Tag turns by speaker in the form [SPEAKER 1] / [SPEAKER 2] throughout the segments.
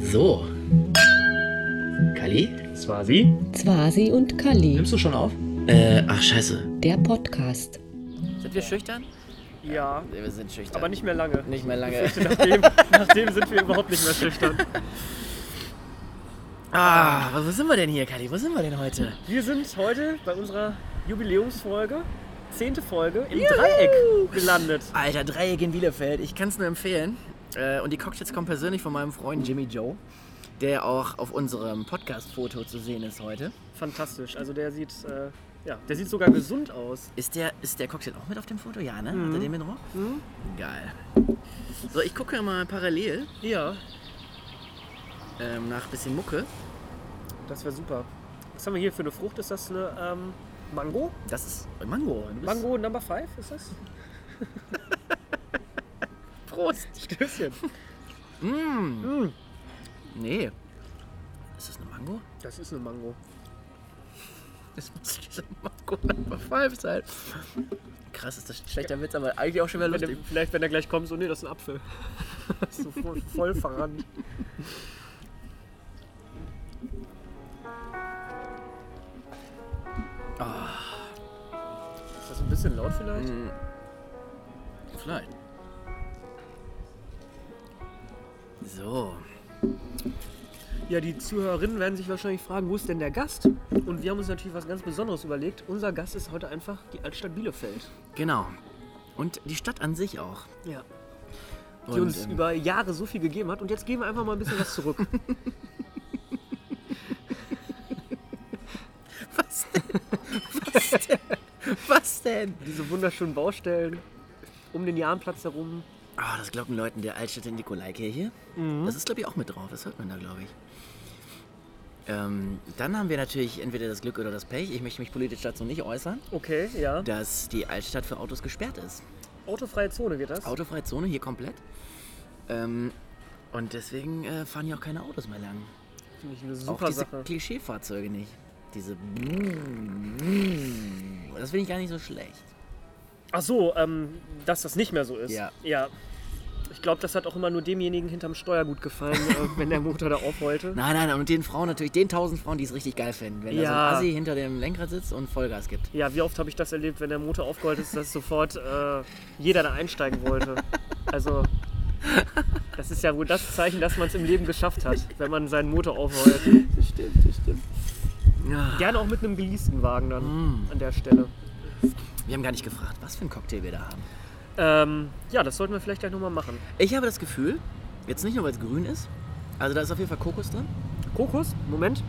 [SPEAKER 1] So. Kali?
[SPEAKER 2] Das war sie.
[SPEAKER 3] Zwasi und Kali,
[SPEAKER 2] Nimmst du schon auf?
[SPEAKER 1] Äh, ach scheiße.
[SPEAKER 3] der Podcast.
[SPEAKER 4] Sind wir schüchtern?
[SPEAKER 2] Ja,
[SPEAKER 4] Nee, wir sind schüchtern.
[SPEAKER 2] aber nicht mehr lange.
[SPEAKER 4] Nicht mehr lange.
[SPEAKER 2] Nachdem, nachdem sind wir überhaupt nicht mehr schüchtern.
[SPEAKER 4] Ah, wo sind wir denn hier, Kali? Wo sind wir denn heute?
[SPEAKER 2] Wir sind heute bei unserer Jubiläumsfolge, zehnte Folge, im Dreieck gelandet.
[SPEAKER 4] Alter, Dreieck in Bielefeld. Ich kann es nur empfehlen. Äh, und die Cocktails kommen persönlich von meinem Freund Jimmy Joe, der auch auf unserem Podcast-Foto zu sehen ist heute.
[SPEAKER 2] Fantastisch. Also der sieht, äh, ja, der sieht sogar gesund aus.
[SPEAKER 4] Ist der, ist der Cocktail auch mit auf dem Foto? Ja, ne? Hat er den mit drauf? Geil. So, ich gucke mal parallel
[SPEAKER 2] Ja,
[SPEAKER 4] ähm, nach bisschen Mucke.
[SPEAKER 2] das wäre super. Was haben wir hier für eine Frucht? Ist das eine ähm, Mango?
[SPEAKER 4] Das ist Mango. Du bist-
[SPEAKER 2] Mango Number 5 ist das?
[SPEAKER 4] Prost. Mmh.
[SPEAKER 2] Stößchen.
[SPEAKER 4] Nee. Ist das eine Mango?
[SPEAKER 2] Das ist eine Mango.
[SPEAKER 4] Das muss dieser Marco Number 5 sein. Krass, ist das ein schlechter Witz, aber eigentlich auch schon wieder
[SPEAKER 2] Wenn der,
[SPEAKER 4] lustig.
[SPEAKER 2] vielleicht, wenn er gleich kommt, so, nee, das ist ein Apfel. Das ist so voll, voll verrannt. Ah. Ist das ein bisschen laut vielleicht?
[SPEAKER 4] Vielleicht. So.
[SPEAKER 2] Ja, die Zuhörerinnen werden sich wahrscheinlich fragen, wo ist denn der Gast? Und wir haben uns natürlich was ganz Besonderes überlegt. Unser Gast ist heute einfach die Altstadt Bielefeld.
[SPEAKER 4] Genau. Und die Stadt an sich auch.
[SPEAKER 2] Ja.
[SPEAKER 4] Und,
[SPEAKER 2] Die uns
[SPEAKER 4] ähm,
[SPEAKER 2] über Jahre so viel gegeben hat. Und jetzt geben wir einfach mal ein bisschen was zurück.
[SPEAKER 4] was denn? Was denn? Was denn?
[SPEAKER 2] Diese wunderschönen Baustellen um den Jahrenplatz herum.
[SPEAKER 4] Ah, das glauben Leuten der Altstädter Nikolaikirche.
[SPEAKER 2] Mhm.
[SPEAKER 4] Das ist, glaube ich, auch mit drauf. Das hört man da, glaube ich. Ähm, dann haben wir natürlich entweder das Glück oder das Pech. Ich möchte mich politisch dazu nicht äußern,
[SPEAKER 2] Okay, ja.
[SPEAKER 4] dass die Altstadt für Autos gesperrt ist.
[SPEAKER 2] Autofreie Zone geht das?
[SPEAKER 4] Autofreie Zone hier komplett. Ähm, und deswegen äh, fahren hier auch keine Autos mehr lang.
[SPEAKER 2] Finde ich eine
[SPEAKER 4] auch
[SPEAKER 2] super
[SPEAKER 4] diese
[SPEAKER 2] Sache.
[SPEAKER 4] Klischeefahrzeuge nicht. Diese. Das finde ich gar nicht so schlecht.
[SPEAKER 2] Ach so, ähm, dass das nicht mehr so ist.
[SPEAKER 4] Ja.
[SPEAKER 2] ja. Ich glaube, das hat auch immer nur demjenigen hinterm Steuer gut gefallen, äh, wenn der Motor da aufheulte.
[SPEAKER 4] Nein, nein, und den Frauen natürlich, den tausend Frauen, die es richtig geil finden, wenn da so
[SPEAKER 2] Ja.
[SPEAKER 4] ein Assi hinter dem Lenkrad sitzt und Vollgas gibt.
[SPEAKER 2] Ja, wie oft habe ich das erlebt, wenn der Motor aufgeheult ist, dass sofort äh, jeder da einsteigen wollte. Also, das ist ja wohl das Zeichen, dass man es im Leben geschafft hat, wenn man seinen Motor aufheult.
[SPEAKER 4] Das stimmt, das stimmt.
[SPEAKER 2] Gerne auch mit einem geleasten Wagen dann an der Stelle.
[SPEAKER 4] Wir haben gar nicht gefragt, was für einen Cocktail wir da haben.
[SPEAKER 2] Ähm, ja, das sollten wir vielleicht gleich nochmal machen.
[SPEAKER 4] Ich habe das Gefühl, jetzt nicht nur, weil es grün ist, also da ist auf jeden Fall Kokos drin.
[SPEAKER 2] Kokos, Moment.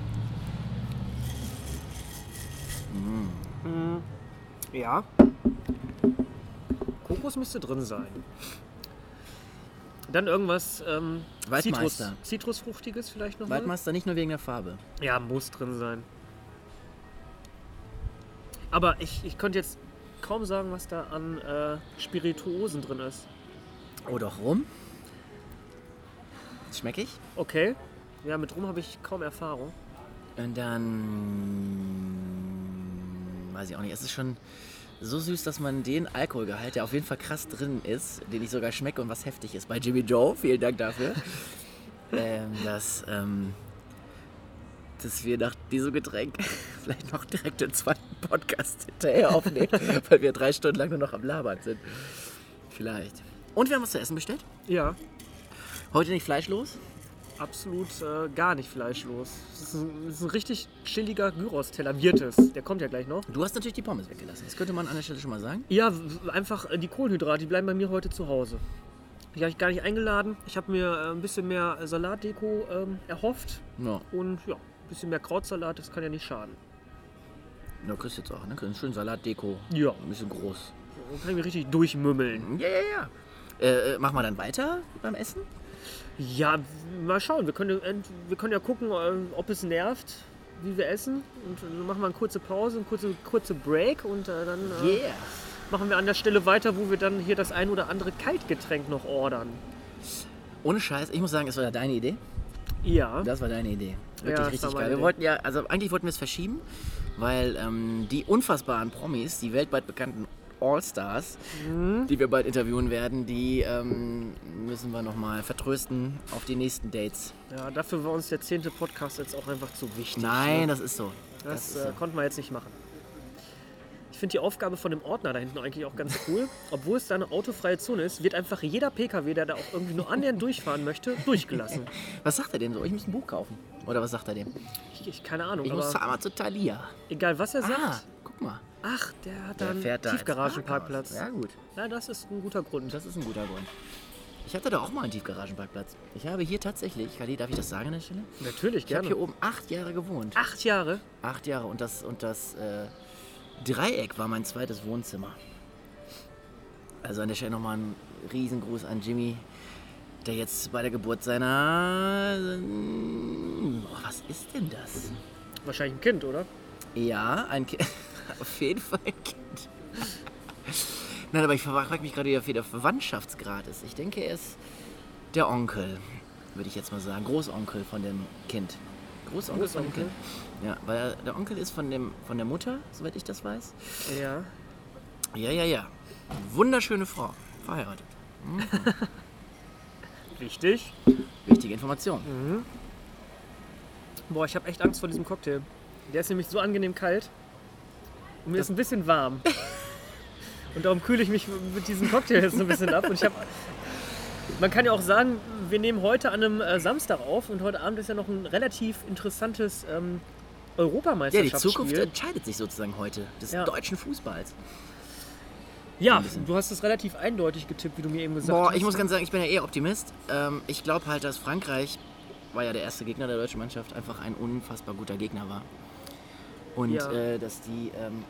[SPEAKER 2] Mm. Ja. Kokos müsste drin sein. Dann irgendwas ähm, Zitrus,
[SPEAKER 4] Waldmeister.
[SPEAKER 2] Zitrusfruchtiges vielleicht noch. mal?
[SPEAKER 4] Waldmeister nicht nur wegen der Farbe.
[SPEAKER 2] Ja, muss drin sein. Aber ich, ich konnte jetzt kaum sagen, was da an äh, Spirituosen drin ist.
[SPEAKER 4] Oh, doch rum. Schmeck ich.
[SPEAKER 2] Okay. Ja, mit Rum habe ich kaum Erfahrung.
[SPEAKER 4] Und dann weiß ich auch nicht. Es ist schon so süß, dass man den Alkoholgehalt, der auf jeden Fall krass drin ist, den ich sogar schmecke und was heftig ist. Bei Jimmy Joe, vielen Dank dafür. ähm, dass, ähm, dass wir nach diesem Getränk vielleicht noch direkt den zweiten Podcast hinterher aufnehmen, weil wir drei Stunden lang nur noch am Labern sind. Vielleicht. Und wir haben was zu essen bestellt.
[SPEAKER 2] Ja.
[SPEAKER 4] Heute nicht fleischlos.
[SPEAKER 2] Absolut äh, gar nicht fleischlos. Das ist ein, das ist ein richtig chilliger Gyros-Teller. Wirtes. Der kommt ja gleich noch.
[SPEAKER 4] Du hast natürlich die Pommes weggelassen. Das könnte man an der Stelle schon mal sagen.
[SPEAKER 2] Ja, w- einfach äh, die Kohlenhydrate, die bleiben bei mir heute zu Hause. Die habe ich gar nicht eingeladen. Ich habe mir äh, ein bisschen mehr äh, Salatdeko ähm, erhofft.
[SPEAKER 4] No.
[SPEAKER 2] Und ja, ein bisschen mehr Krautsalat, das kann ja nicht schaden.
[SPEAKER 4] Ja, kriegst jetzt auch, ne? Kriegst Schön Salatdeko.
[SPEAKER 2] Ja.
[SPEAKER 4] Ein bisschen groß.
[SPEAKER 2] Dann kann ich mich richtig durchmümmeln.
[SPEAKER 4] Ja, ja, ja. Äh, äh, machen wir dann weiter beim Essen?
[SPEAKER 2] Ja, w- mal schauen. Wir können, ent- wir können ja gucken, äh, ob es nervt, wie wir essen. Und dann machen wir eine kurze Pause, eine kurze, kurze Break und äh, dann. Äh,
[SPEAKER 4] Yeah.
[SPEAKER 2] machen wir an der Stelle weiter, wo wir dann hier das ein oder andere Kaltgetränk noch ordern.
[SPEAKER 4] Ohne Scheiß, ich muss sagen, es war ja deine Idee.
[SPEAKER 2] Ja.
[SPEAKER 4] Das war deine Idee.
[SPEAKER 2] Ja,
[SPEAKER 4] Wirklich
[SPEAKER 2] das war
[SPEAKER 4] richtig
[SPEAKER 2] meine
[SPEAKER 4] geil. Wir
[SPEAKER 2] Idee.
[SPEAKER 4] wollten ja, also eigentlich wollten wir es verschieben, weil ähm, die unfassbaren Promis, die weltweit bekannten All-Stars,
[SPEAKER 2] Mhm.
[SPEAKER 4] die wir bald interviewen werden, die ähm, müssen wir nochmal vertrösten auf die nächsten Dates.
[SPEAKER 2] Ja, dafür war uns der zehnte Podcast jetzt auch einfach zu wichtig.
[SPEAKER 4] Nein,
[SPEAKER 2] ne?
[SPEAKER 4] das ist so.
[SPEAKER 2] das,
[SPEAKER 4] ist so.
[SPEAKER 2] äh, konnten wir jetzt nicht machen. Ich finde die Aufgabe von dem Ordner da hinten eigentlich auch ganz cool. Obwohl es da eine autofreie Zone ist, wird einfach jeder PKW, der da auch irgendwie nur annähernd durchfahren möchte, durchgelassen.
[SPEAKER 4] Was sagt er dem so? Ich muss ein Buch kaufen. Oder was sagt er dem?
[SPEAKER 2] Ich, ich keine Ahnung,
[SPEAKER 4] Ich muss
[SPEAKER 2] aber
[SPEAKER 4] einmal zu Thalia.
[SPEAKER 2] egal was er sagt.
[SPEAKER 4] Ah, guck mal.
[SPEAKER 2] Ach, der hat da
[SPEAKER 4] Der
[SPEAKER 2] einen
[SPEAKER 4] fährt da als
[SPEAKER 2] Tiefgaragenparkplatz.
[SPEAKER 4] Parkhaus. Ja, gut.
[SPEAKER 2] Ja, das ist ein guter Grund.
[SPEAKER 4] Das ist ein guter Grund. Ich hatte da auch mal einen Tiefgaragenparkplatz. Ich habe hier tatsächlich, Kali, darf ich das sagen an der Stelle?
[SPEAKER 2] Natürlich,
[SPEAKER 4] Ich habe
[SPEAKER 2] gerne.
[SPEAKER 4] hier oben acht Jahre gewohnt.
[SPEAKER 2] Acht Jahre?
[SPEAKER 4] Acht Jahre und das, und das äh, Dreieck war mein zweites Wohnzimmer. Also an der Stelle nochmal ein Riesengruß an Jimmy, der jetzt bei der Geburt seiner... Oh, was ist denn das?
[SPEAKER 2] Wahrscheinlich ein Kind, oder?
[SPEAKER 4] Ja, ein Kind. Auf jeden Fall ein Kind. Nein, aber ich frage mich gerade, wie der- wie der Verwandtschaftsgrad ist. Ich denke, er ist der Onkel, würde ich jetzt mal sagen. Großonkel von dem Kind. Großonkel, von dem
[SPEAKER 2] Großonkel?
[SPEAKER 4] Kind. Ja, weil er- der Onkel ist von, dem, von der Mutter, soweit ich das weiß.
[SPEAKER 2] Ja.
[SPEAKER 4] Ja, ja, ja. Wunderschöne Frau. Verheiratet.
[SPEAKER 2] Wichtig.
[SPEAKER 4] Wichtige Information.
[SPEAKER 2] Mhm. Boah, ich habe echt Angst vor diesem Cocktail. Der ist nämlich so angenehm kalt und mir
[SPEAKER 4] Das-
[SPEAKER 2] ist ein bisschen warm. und darum kühle ich mich mit diesem Cocktail jetzt so ein bisschen ab. Und ich hab, man kann ja auch sagen, wir nehmen heute an einem äh, Samstag auf und heute Abend ist ja noch ein relativ interessantes ähm,
[SPEAKER 4] Ja, die
[SPEAKER 2] Europameisterschaftsspiel.
[SPEAKER 4] Zukunft entscheidet sich sozusagen heute des
[SPEAKER 2] Ja.
[SPEAKER 4] deutschen Fußballs.
[SPEAKER 2] Ja,
[SPEAKER 4] ein bisschen.
[SPEAKER 2] du hast es relativ eindeutig getippt, wie du mir eben gesagt
[SPEAKER 4] Boah,
[SPEAKER 2] hast.
[SPEAKER 4] ich muss ganz sagen, ich bin ja eher Optimist. Ähm, ich glaube halt, dass Frankreich, war ja der erste Gegner der deutschen Mannschaft, einfach ein unfassbar guter Gegner war. Und
[SPEAKER 2] Ja.
[SPEAKER 4] äh, dass die ähm,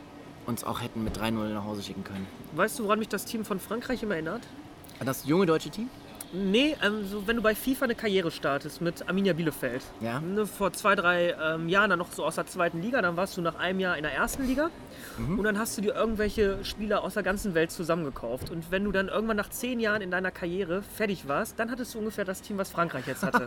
[SPEAKER 4] uns auch hätten mit 3-0 nach Hause schicken können.
[SPEAKER 2] Weißt du, woran mich das Team von Frankreich immer erinnert?
[SPEAKER 4] Das junge deutsche Team?
[SPEAKER 2] Nee, ähm, so, wenn du bei FIFA eine Karriere startest mit Arminia Bielefeld.
[SPEAKER 4] Ja.
[SPEAKER 2] Ne, vor zwei, drei ähm, Jahren dann noch so aus der zweiten Liga, dann warst du nach einem Jahr in der ersten Liga und dann hast du dir irgendwelche Spieler aus der ganzen Welt zusammengekauft. Und wenn du dann irgendwann nach zehn Jahren in deiner Karriere fertig warst, dann hattest du ungefähr das Team, was Frankreich jetzt hatte.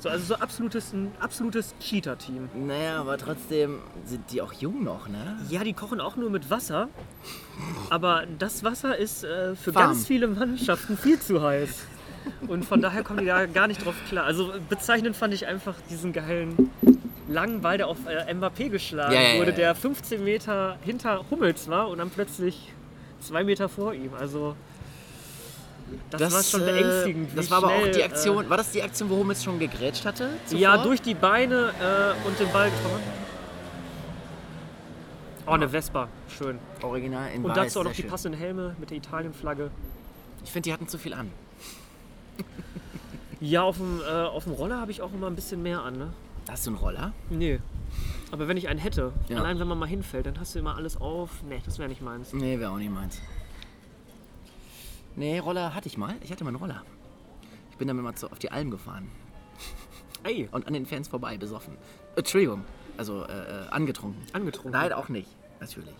[SPEAKER 2] so, also so absolutes, ein absolutes Cheater-Team.
[SPEAKER 4] Naja, aber trotzdem sind die auch jung noch, ne?
[SPEAKER 2] Ja, die kochen auch nur mit Wasser. Aber das Wasser ist äh, für
[SPEAKER 4] Warm.
[SPEAKER 2] ganz viele Mannschaften viel zu heiß. Und von daher kommen die da gar nicht drauf klar. Also äh, bezeichnend fand ich einfach diesen geilen langen Ball, der auf äh, Mbappé geschlagen
[SPEAKER 4] Ja, ja, ja,
[SPEAKER 2] wurde,
[SPEAKER 4] ja.
[SPEAKER 2] der 15 Meter hinter Hummels war und dann plötzlich zwei Meter vor ihm. Also das, war schon
[SPEAKER 4] äh,
[SPEAKER 2] beängstigend. wie
[SPEAKER 4] Das war aber auch
[SPEAKER 2] schnell,
[SPEAKER 4] die Aktion. war das die Aktion, wo Hummels schon gegrätscht hatte?
[SPEAKER 2] Äh, ja,
[SPEAKER 4] zuvor?
[SPEAKER 2] durch die Beine äh, und den Ball getroffen. Oh, eine Vespa. Schön.
[SPEAKER 4] Original in
[SPEAKER 2] Und
[SPEAKER 4] Weiß,
[SPEAKER 2] dazu auch noch
[SPEAKER 4] sehr
[SPEAKER 2] die
[SPEAKER 4] schön.
[SPEAKER 2] passenden Helme mit der Italien-Flagge.
[SPEAKER 4] Ich finde, die hatten zu viel an.
[SPEAKER 2] Ja, auf dem, äh, auf dem Roller habe ich auch immer ein bisschen mehr an, ne?
[SPEAKER 4] Hast du einen Roller?
[SPEAKER 2] Nee. Aber wenn ich einen hätte,
[SPEAKER 4] Ja.
[SPEAKER 2] allein wenn man mal hinfällt, dann hast du immer alles auf. Nee, das wäre nicht meins.
[SPEAKER 4] Nee, wäre auch nicht meins. Nee, Roller hatte ich mal. Ich hatte mal einen Roller. Ich bin damit mal zu, auf die Alm gefahren
[SPEAKER 2] Ey,
[SPEAKER 4] und an den Fans vorbei, besoffen. Entschuldigung, also äh, äh, angetrunken.
[SPEAKER 2] angetrunken.
[SPEAKER 4] Nein, auch nicht, natürlich.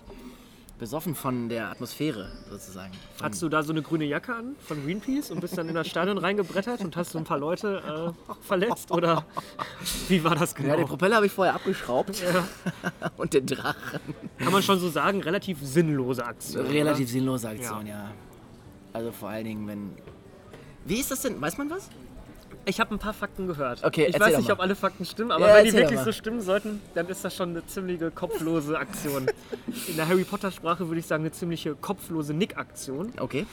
[SPEAKER 4] Besoffen von der Atmosphäre sozusagen. Von,
[SPEAKER 2] Hattest du da so eine grüne Jacke an von Greenpeace und bist dann in das Stadion reingebrettert und hast so ein paar Leute äh, verletzt? Oder wie war das
[SPEAKER 4] ja, den
[SPEAKER 2] genau?
[SPEAKER 4] Propeller habe ich vorher abgeschraubt und den Drachen.
[SPEAKER 2] Kann man schon so sagen, relativ sinnlose Aktion.
[SPEAKER 4] Relativ
[SPEAKER 2] oder?
[SPEAKER 4] sinnlose Aktion, ja. Also vor allen Dingen, wenn... Wie ist das denn? Weiß man was?
[SPEAKER 2] Ich habe ein paar Fakten gehört.
[SPEAKER 4] Okay,
[SPEAKER 2] ich
[SPEAKER 4] erzähl
[SPEAKER 2] weiß
[SPEAKER 4] doch
[SPEAKER 2] nicht,
[SPEAKER 4] mal.
[SPEAKER 2] ob alle Fakten stimmen, aber
[SPEAKER 4] Ja,
[SPEAKER 2] wenn die
[SPEAKER 4] erzähl doch
[SPEAKER 2] wirklich
[SPEAKER 4] mal.
[SPEAKER 2] so stimmen sollten, dann ist das schon eine ziemliche kopflose Aktion. In der Harry Potter-Sprache würde ich sagen, eine ziemliche kopflose Nick-Aktion.
[SPEAKER 4] Okay.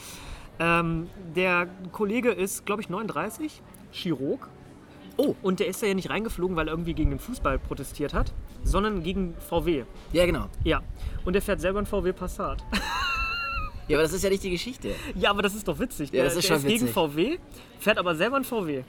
[SPEAKER 2] Ähm, der Kollege ist, glaube ich, 39, Chirurg.
[SPEAKER 4] Oh.
[SPEAKER 2] Und der ist da ja nicht reingeflogen, weil er irgendwie gegen den Fußball protestiert hat, sondern gegen VW.
[SPEAKER 4] Ja, genau.
[SPEAKER 2] Ja. Und er fährt selber einen VW Passat.
[SPEAKER 4] Ja, aber das ist ja nicht die Geschichte.
[SPEAKER 2] ja, aber das ist doch witzig.
[SPEAKER 4] Ja, das
[SPEAKER 2] der
[SPEAKER 4] ist
[SPEAKER 2] der
[SPEAKER 4] schon
[SPEAKER 2] ist gegen
[SPEAKER 4] witzig.
[SPEAKER 2] VW, fährt aber selber einen VW.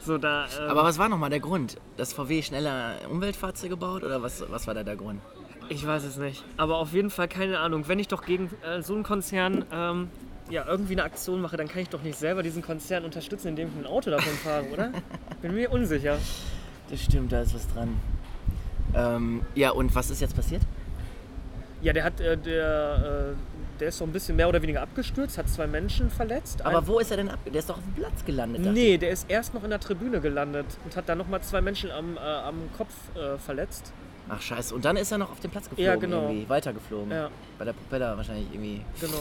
[SPEAKER 2] So, da. ähm,
[SPEAKER 4] Aber was war nochmal der Grund? Dass VW schneller Umweltfahrzeuge baut oder was, was war da der Grund?
[SPEAKER 2] Ich weiß es nicht. Aber auf jeden Fall keine Ahnung. Wenn ich doch gegen äh, so einen Konzern ähm, ja, irgendwie eine Aktion mache, dann kann ich doch nicht selber diesen Konzern unterstützen, indem ich mit dem Auto davon fahre, oder? Bin mir unsicher.
[SPEAKER 4] Das stimmt, da ist was dran. Ähm, ja, und was ist jetzt passiert?
[SPEAKER 2] Ja, der hat, äh, der, äh, der ist so ein bisschen mehr oder weniger abgestürzt, hat zwei Menschen verletzt.
[SPEAKER 4] Aber
[SPEAKER 2] Ein-
[SPEAKER 4] wo ist er denn ab? Der ist doch auf dem Platz gelandet. dachte
[SPEAKER 2] Nee, der ist erst noch in der Tribüne gelandet und hat dann nochmal zwei Menschen am, äh, am Kopf äh, verletzt.
[SPEAKER 4] ich. Ach scheiße. Und dann ist er noch auf den Platz geflogen.
[SPEAKER 2] Ja, genau.
[SPEAKER 4] Irgendwie. Weitergeflogen.
[SPEAKER 2] Ja,
[SPEAKER 4] Bei der Propeller wahrscheinlich irgendwie.
[SPEAKER 2] genau.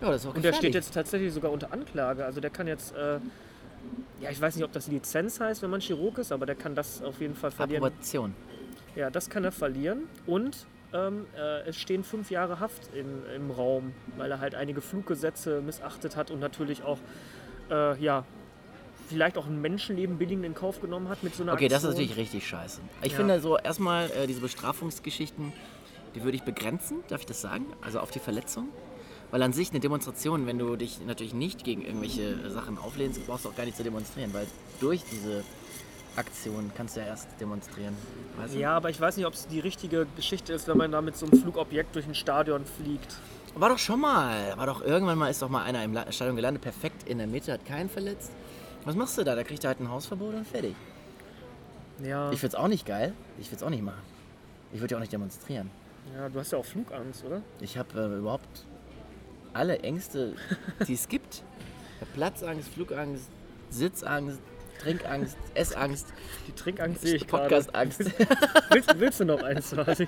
[SPEAKER 4] Ja, das ist auch
[SPEAKER 2] Und der steht
[SPEAKER 4] gefährlich.
[SPEAKER 2] jetzt tatsächlich sogar unter Anklage. Also der kann jetzt, äh, ja, ich weiß nicht, ob das Lizenz heißt, wenn man Chirurg ist, aber der kann das auf jeden Fall verlieren.
[SPEAKER 4] Approbation.
[SPEAKER 2] Ja, das kann er verlieren. Und ähm, äh, es stehen fünf Jahre Haft in, im Raum, weil er halt einige Fluggesetze missachtet hat und natürlich auch, äh, ja, vielleicht auch ein Menschenleben billigend in Kauf genommen hat mit so einer
[SPEAKER 4] Okay, das ist
[SPEAKER 2] Aktion.
[SPEAKER 4] natürlich richtig scheiße. Ich
[SPEAKER 2] Ja.
[SPEAKER 4] finde so erstmal äh, diese Bestrafungsgeschichten, die würde ich begrenzen, darf ich das sagen? Also auf die Verletzung. Weil an sich eine Demonstration, wenn du dich natürlich nicht gegen irgendwelche äh, Sachen auflehnst, brauchst du auch gar nicht zu demonstrieren, weil durch diese Aktion kannst du ja erst demonstrieren. Weißt du?
[SPEAKER 2] Ja, aber ich weiß nicht, ob es die richtige Geschichte ist, wenn man da mit so einem Flugobjekt durch ein Stadion fliegt.
[SPEAKER 4] War doch schon mal. War doch irgendwann mal ist doch mal einer im La- Stadion gelandet, perfekt in der Mitte, hat keinen verletzt. Was machst du da? Da kriegt er halt ein Hausverbot und fertig.
[SPEAKER 2] Ja,
[SPEAKER 4] Ich find's auch nicht geil. Ich find's auch nicht machen. Ich würde ja auch nicht demonstrieren.
[SPEAKER 2] ja, du hast ja auch Flugangst, oder?
[SPEAKER 4] Ich habe äh, überhaupt alle Ängste, die es gibt. Ich hab Platzangst, Flugangst, Sitzangst, Trinkangst, Essangst,
[SPEAKER 2] Die Trinkangst sehe ich gerade.
[SPEAKER 4] Podcastangst.
[SPEAKER 2] Willst, willst du noch eins, Martin?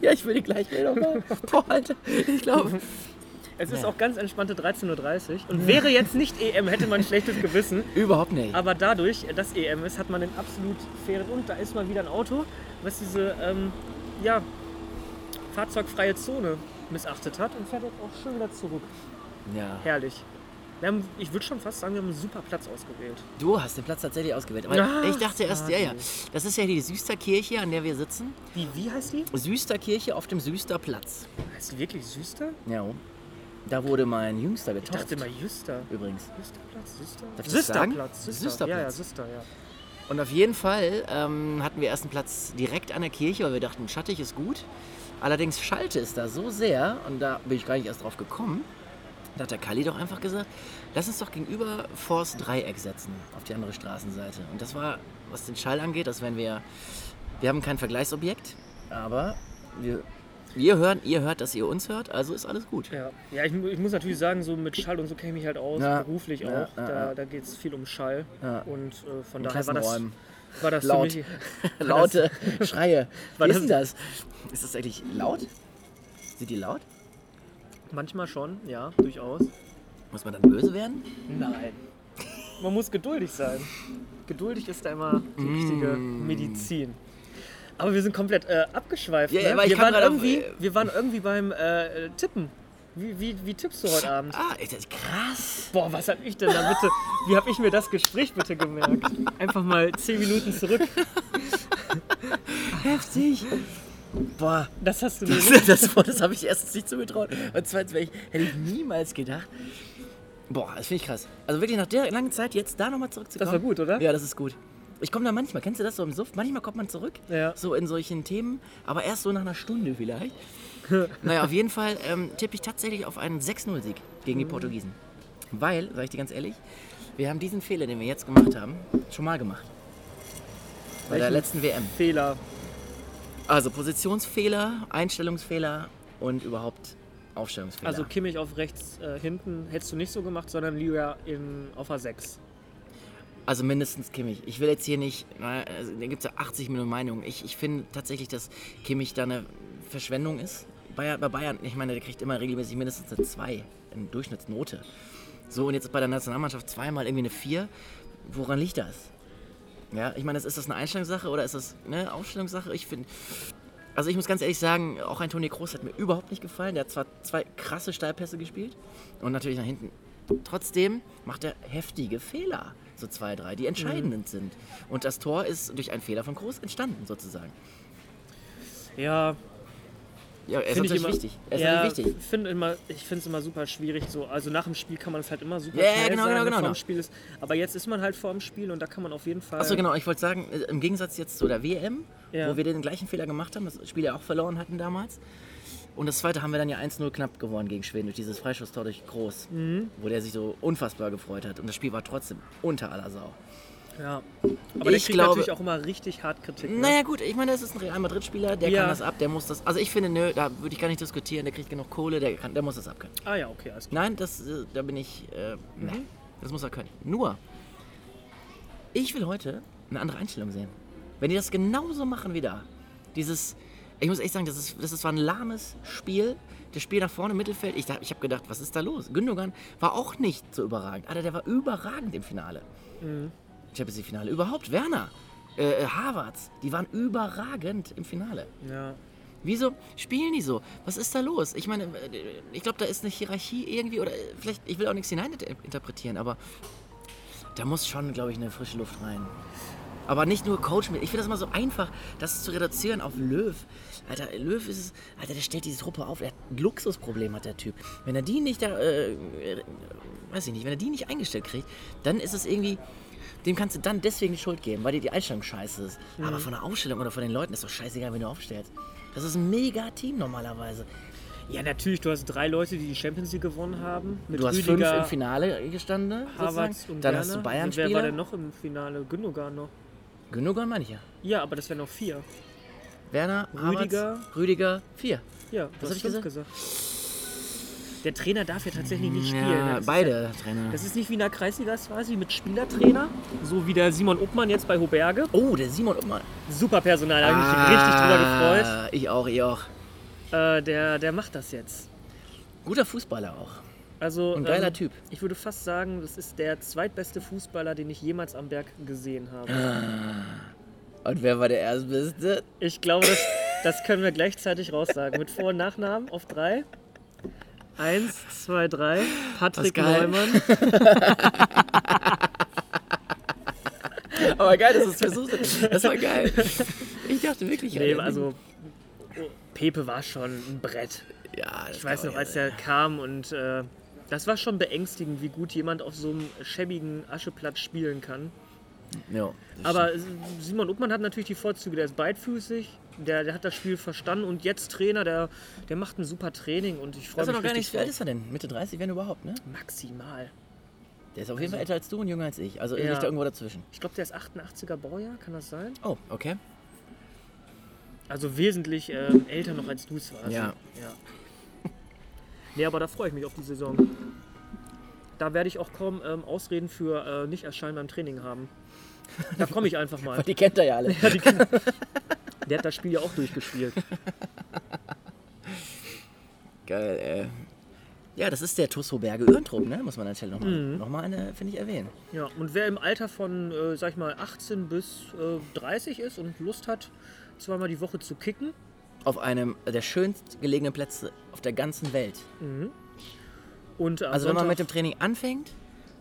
[SPEAKER 4] ja, ich will die gleich wieder machen. Boah, Alter, ich glaube.
[SPEAKER 2] Es ist
[SPEAKER 4] Ja.
[SPEAKER 2] auch ganz entspannte 13.30 Uhr und wäre jetzt nicht EM, hätte man ein schlechtes Gewissen.
[SPEAKER 4] Überhaupt nicht.
[SPEAKER 2] Aber dadurch, äh, dass EM ist, hat man einen absolut fairen und da ist mal wieder ein Auto, was diese ähm, ja, fahrzeugfreie Zone missachtet hat und fährt jetzt auch schön wieder zurück.
[SPEAKER 4] ja.
[SPEAKER 2] Herrlich. Wir haben, ich würde schon fast sagen, wir haben einen super Platz ausgewählt.
[SPEAKER 4] Du hast den Platz tatsächlich ausgewählt. Aber
[SPEAKER 2] Ah,
[SPEAKER 4] ich dachte erst, ja, ja.
[SPEAKER 2] schade.
[SPEAKER 4] Das ist ja die Süsterkirche, an der wir sitzen.
[SPEAKER 2] Wie, wie heißt die?
[SPEAKER 4] Süsterkirche auf dem Süsterplatz.
[SPEAKER 2] Heißt die wirklich Süster?
[SPEAKER 4] Ja. Da wurde mein Jüngster
[SPEAKER 2] Ich
[SPEAKER 4] getauft.
[SPEAKER 2] dachte immer Jüster.
[SPEAKER 4] Übrigens.
[SPEAKER 2] Süsterplatz, Süster?
[SPEAKER 4] Darf ich das sagen?
[SPEAKER 2] Süsterplatz, Süster. Ja, ja,
[SPEAKER 4] Süsterplatz.
[SPEAKER 2] Süster, ja.
[SPEAKER 4] Und auf jeden Fall ähm, hatten wir erst einen Platz direkt an der Kirche, weil wir dachten, schattig ist gut. Allerdings schallte es da so sehr, und da bin ich gar nicht erst drauf gekommen, da hat der Kalli doch einfach gesagt, lass uns doch gegenüber vors Dreieck setzen, auf die andere Straßenseite. Und das war, was den Schall angeht, das wenn wir, wir haben kein Vergleichsobjekt, aber wir, wir hören, ihr hört, dass ihr uns hört, also ist alles gut.
[SPEAKER 2] Ja, ja ich, mu- ich muss natürlich sagen, so mit Schall und so kenne ich mich halt aus,
[SPEAKER 4] Ja,
[SPEAKER 2] beruflich
[SPEAKER 4] ja,
[SPEAKER 2] auch.
[SPEAKER 4] ja,
[SPEAKER 2] da
[SPEAKER 4] ja.
[SPEAKER 2] da geht es viel um Schall.
[SPEAKER 4] Ja.
[SPEAKER 2] Und äh,
[SPEAKER 4] In
[SPEAKER 2] von daher war das,
[SPEAKER 4] Klassenräumen,
[SPEAKER 2] war das
[SPEAKER 4] Laut.
[SPEAKER 2] für mich.
[SPEAKER 4] laute Schreie.
[SPEAKER 2] War
[SPEAKER 4] Wie
[SPEAKER 2] das-
[SPEAKER 4] ist denn das? Ist das eigentlich laut? Sind die laut?
[SPEAKER 2] Manchmal schon, ja, durchaus.
[SPEAKER 4] Muss man dann böse werden?
[SPEAKER 2] Nein. Man muss geduldig sein. Geduldig ist da immer die richtige
[SPEAKER 4] Mm.
[SPEAKER 2] Medizin. Aber wir sind komplett äh, abgeschweift.
[SPEAKER 4] Ja,
[SPEAKER 2] ne?
[SPEAKER 4] ja, aber ich
[SPEAKER 2] wir,
[SPEAKER 4] kam
[SPEAKER 2] waren
[SPEAKER 4] gerade auf,
[SPEAKER 2] irgendwie,
[SPEAKER 4] äh,
[SPEAKER 2] wir waren irgendwie beim äh, äh, Tippen. Wie, wie, wie tippst du heute Abend?
[SPEAKER 4] Ah, ist das krass.
[SPEAKER 2] Boah, was hab ich denn da bitte? Wie hab ich mir das Gespräch bitte gemerkt? Einfach mal zehn Minuten zurück.
[SPEAKER 4] Heftig. Boah,
[SPEAKER 2] Das hast du mir
[SPEAKER 4] das,
[SPEAKER 2] nicht.
[SPEAKER 4] das, Wort, das habe ich erstens nicht zugetraut. Und zweitens wär ich, hätte ich niemals gedacht. Boah, das finde ich krass. Also wirklich nach der langen Zeit jetzt da nochmal zurückzukommen.
[SPEAKER 2] Das war gut, oder?
[SPEAKER 4] Ja, das ist gut. Ich komme da manchmal, kennst du das so im Suff? Manchmal kommt man zurück,
[SPEAKER 2] Ja.
[SPEAKER 4] so in solchen Themen, aber erst so nach einer Stunde vielleicht. naja, auf jeden Fall ähm, tippe ich tatsächlich auf einen 6-0-Sieg gegen
[SPEAKER 2] Mhm.
[SPEAKER 4] die Portugiesen. Weil, sage ich dir ganz ehrlich, wir haben diesen Fehler, den wir jetzt gemacht haben, schon mal gemacht. Bei der
[SPEAKER 2] Welchen?
[SPEAKER 4] letzten WM.
[SPEAKER 2] Fehler.
[SPEAKER 4] Also Positionsfehler, Einstellungsfehler und überhaupt Aufstellungsfehler.
[SPEAKER 2] Also Kimmich auf rechts äh, hinten hättest du nicht so gemacht, sondern lieber in, auf A6.
[SPEAKER 4] Also mindestens Kimmich. Ich will jetzt hier nicht, na, also, da gibt es ja 80 Millionen Meinungen. Ich, ich finde tatsächlich, dass Kimmich da eine Verschwendung ist. Bayern, bei Bayern, ich meine, der kriegt immer regelmäßig mindestens eine 2, eine Durchschnittsnote. So, und jetzt ist bei der Nationalmannschaft zweimal irgendwie eine 4. Woran liegt das? Ja, ich meine, ist das eine Einstellungssache oder ist das eine Aufstellungssache? Ich finde, also ich muss ganz ehrlich sagen, auch ein Toni Kroos hat mir überhaupt nicht gefallen. Der hat zwar zwei krasse Steilpässe gespielt und natürlich nach hinten. Trotzdem macht er heftige Fehler, so zwei, drei, die
[SPEAKER 2] Mhm.
[SPEAKER 4] entscheidend sind. Und das Tor ist durch einen Fehler von Kroos entstanden, sozusagen.
[SPEAKER 2] Ja,
[SPEAKER 4] Ja, er ist
[SPEAKER 2] Finde
[SPEAKER 4] natürlich
[SPEAKER 2] ich immer-
[SPEAKER 4] wichtig. Er ist
[SPEAKER 2] ja,
[SPEAKER 4] natürlich wichtig.
[SPEAKER 2] Find immer, ich finde es immer super schwierig. So. Also nach dem Spiel kann man es halt immer super
[SPEAKER 4] Ja, ja,
[SPEAKER 2] schnell
[SPEAKER 4] genau,
[SPEAKER 2] sagen,
[SPEAKER 4] genau,
[SPEAKER 2] wenn
[SPEAKER 4] genau,
[SPEAKER 2] vorm
[SPEAKER 4] genau.
[SPEAKER 2] Spiel ist. Aber jetzt ist man halt vor dem Spiel und da kann man auf jeden Fall.
[SPEAKER 4] Achso, genau, ich wollte sagen, äh, im Gegensatz jetzt zu der WM,
[SPEAKER 2] Ja.
[SPEAKER 4] wo wir den gleichen Fehler gemacht haben, das Spiel ja auch verloren hatten damals. Und das zweite haben wir dann ja 1-0 knapp gewonnen gegen Schweden durch dieses Freischusstor durch Groß,
[SPEAKER 2] Mhm.
[SPEAKER 4] wo der sich so unfassbar gefreut hat. Und das Spiel war trotzdem unter aller Sau.
[SPEAKER 2] Ja. Aber der
[SPEAKER 4] Ich
[SPEAKER 2] kriegt
[SPEAKER 4] glaube-
[SPEAKER 2] natürlich auch immer richtig hart Kritik. Ne?
[SPEAKER 4] Naja gut, ich meine, das ist ein Real Madrid-Spieler, der
[SPEAKER 2] Ja.
[SPEAKER 4] kann das ab, der muss das. Also ich finde, nö, da würde ich gar nicht diskutieren, der kriegt genug Kohle, der, kann, der muss das abkönnen.
[SPEAKER 2] Ah ja, okay, alles klar.
[SPEAKER 4] Nein, das, äh, da bin ich. Äh, nee, das muss er können. Nur, ich will heute eine andere Einstellung sehen. Wenn die das genauso machen wie da, dieses, ich muss echt sagen, das, ist, das ist, war ein lahmes Spiel. Das Spiel nach vorne, Mittelfeld. Ich, dacht- ich habe gedacht, was ist da los? Gündogan war auch nicht so überragend. Alter, der war überragend im Finale. Champions League-Finale. Überhaupt Werner, äh, äh, Havertz, die waren überragend im Finale.
[SPEAKER 2] Ja.
[SPEAKER 4] Wieso spielen die so? Was ist da los? Ich meine, äh, ich glaube, da ist eine Hierarchie irgendwie oder äh, vielleicht, ich will auch nichts hineininterpretieren, aber da muss schon, glaube ich, eine frische Luft rein. Aber nicht nur Coach mit. Ich finde das immer so einfach, das zu reduzieren auf Löw. Alter, Löw ist es. Alter, der stellt diese Truppe auf. Er hat ein Luxusproblem, hat der Typ. Wenn er die nicht da. Äh, äh, weiß ich nicht, wenn er die nicht eingestellt kriegt, dann ist es irgendwie. Dem kannst du dann deswegen die Schuld geben, weil dir die Einstellung scheiße ist.
[SPEAKER 2] Mhm.
[SPEAKER 4] Aber von der Aufstellung oder von den Leuten ist doch scheißegal, wenn du aufstellst. Das ist ein mega Team normalerweise.
[SPEAKER 2] ja, natürlich, du hast drei Leute, die die Champions League gewonnen haben. Mit
[SPEAKER 4] du hast fünf
[SPEAKER 2] Rüdiger,
[SPEAKER 4] im Finale gestanden.
[SPEAKER 2] Havertz
[SPEAKER 4] sozusagen.
[SPEAKER 2] und
[SPEAKER 4] Dann
[SPEAKER 2] Werner.
[SPEAKER 4] hast du
[SPEAKER 2] Wer war denn
[SPEAKER 4] Bayern-Spieler.
[SPEAKER 2] noch im Finale? Gündogan noch.
[SPEAKER 4] Gündogan meine ich ja.
[SPEAKER 2] Ja, aber das wären noch vier.
[SPEAKER 4] Werner,
[SPEAKER 2] Rüdiger.
[SPEAKER 4] Havertz, Rüdiger, vier.
[SPEAKER 2] Ja, das
[SPEAKER 4] hab
[SPEAKER 2] habe
[SPEAKER 4] ich
[SPEAKER 2] ich fünf gesagt. Der Trainer darf ja tatsächlich nicht spielen.
[SPEAKER 4] Ja,
[SPEAKER 2] ne? Das ist
[SPEAKER 4] beide Trainer.
[SPEAKER 2] Das ist nicht wie in der Kreisliga quasi mit Spielertrainer, so wie der Simon Uppmann jetzt bei Hoberge.
[SPEAKER 4] Oh, der Simon Uppmann.
[SPEAKER 2] Super Personal, da habe ich mich
[SPEAKER 4] Ah.
[SPEAKER 2] richtig drüber gefreut.
[SPEAKER 4] Ich auch, ich auch.
[SPEAKER 2] Äh, der, der macht das jetzt.
[SPEAKER 4] Guter Fußballer auch.
[SPEAKER 2] Also,
[SPEAKER 4] Ein geiler Typ.
[SPEAKER 2] Ich würde fast sagen, das ist der zweitbeste Fußballer, den ich jemals am Berg gesehen habe.
[SPEAKER 4] Und wer war der Erstbeste?
[SPEAKER 2] Ich glaube, das, das können wir gleichzeitig raussagen. Mit Vor- und Nachnamen auf drei. Eins, zwei, drei. Patrick
[SPEAKER 4] Pascal.
[SPEAKER 2] Neumann.
[SPEAKER 4] Aber geil, dass du es versucht hast. Das war geil. Ich dachte wirklich.
[SPEAKER 2] Nee,
[SPEAKER 4] Alter,
[SPEAKER 2] also Pepe war schon ein Brett.
[SPEAKER 4] Ja, das
[SPEAKER 2] Ich weiß
[SPEAKER 4] glaub
[SPEAKER 2] noch, als er kam und äh, das war schon beängstigend, wie gut jemand auf so einem schäbigen Ascheplatz spielen kann.
[SPEAKER 4] Ja, das
[SPEAKER 2] Aber Simon Uppmann hat natürlich die Vorzüge, der ist beidfüßig, der, der hat das Spiel verstanden und jetzt Trainer, der, der macht ein super Training und ich freue
[SPEAKER 4] Das ist
[SPEAKER 2] mich
[SPEAKER 4] doch gar
[SPEAKER 2] richtig
[SPEAKER 4] nicht, wie alt
[SPEAKER 2] drauf.
[SPEAKER 4] ist er denn? Mitte 30, wenn überhaupt, ne?
[SPEAKER 2] Maximal.
[SPEAKER 4] Der ist auf jeden Fall älter als du und jünger als ich. Also liegt
[SPEAKER 2] Ja.
[SPEAKER 4] da irgendwo dazwischen.
[SPEAKER 2] Ich glaube, der ist 88er Baujahr, kann das sein?
[SPEAKER 4] Oh, okay.
[SPEAKER 2] Also wesentlich ähm, älter noch als du es warst.
[SPEAKER 4] Ja.
[SPEAKER 2] ja. Nee, aber da freue ich mich auf die Saison. Da werde ich auch kaum ähm, Ausreden für äh, nicht erscheinen beim Training haben. Da komme ich einfach mal.
[SPEAKER 4] Aber die kennt er ja alle.
[SPEAKER 2] Der hat das Spiel ja auch durchgespielt.
[SPEAKER 4] Geil, ey. Ja, das ist der Tusso Berge Öhrentrupp, ne? Muss man an der Stelle nochmal noch mal eine, finde ich, erwähnen.
[SPEAKER 2] Ja, und wer im Alter von, äh, sag ich mal, 18 bis äh, 30 ist und Lust hat, zweimal die Woche zu kicken,
[SPEAKER 4] Auf einem der schönst gelegenen Plätze auf der ganzen Welt.
[SPEAKER 2] und am
[SPEAKER 4] Also wenn man mit
[SPEAKER 2] Sonntag-
[SPEAKER 4] dem Training anfängt,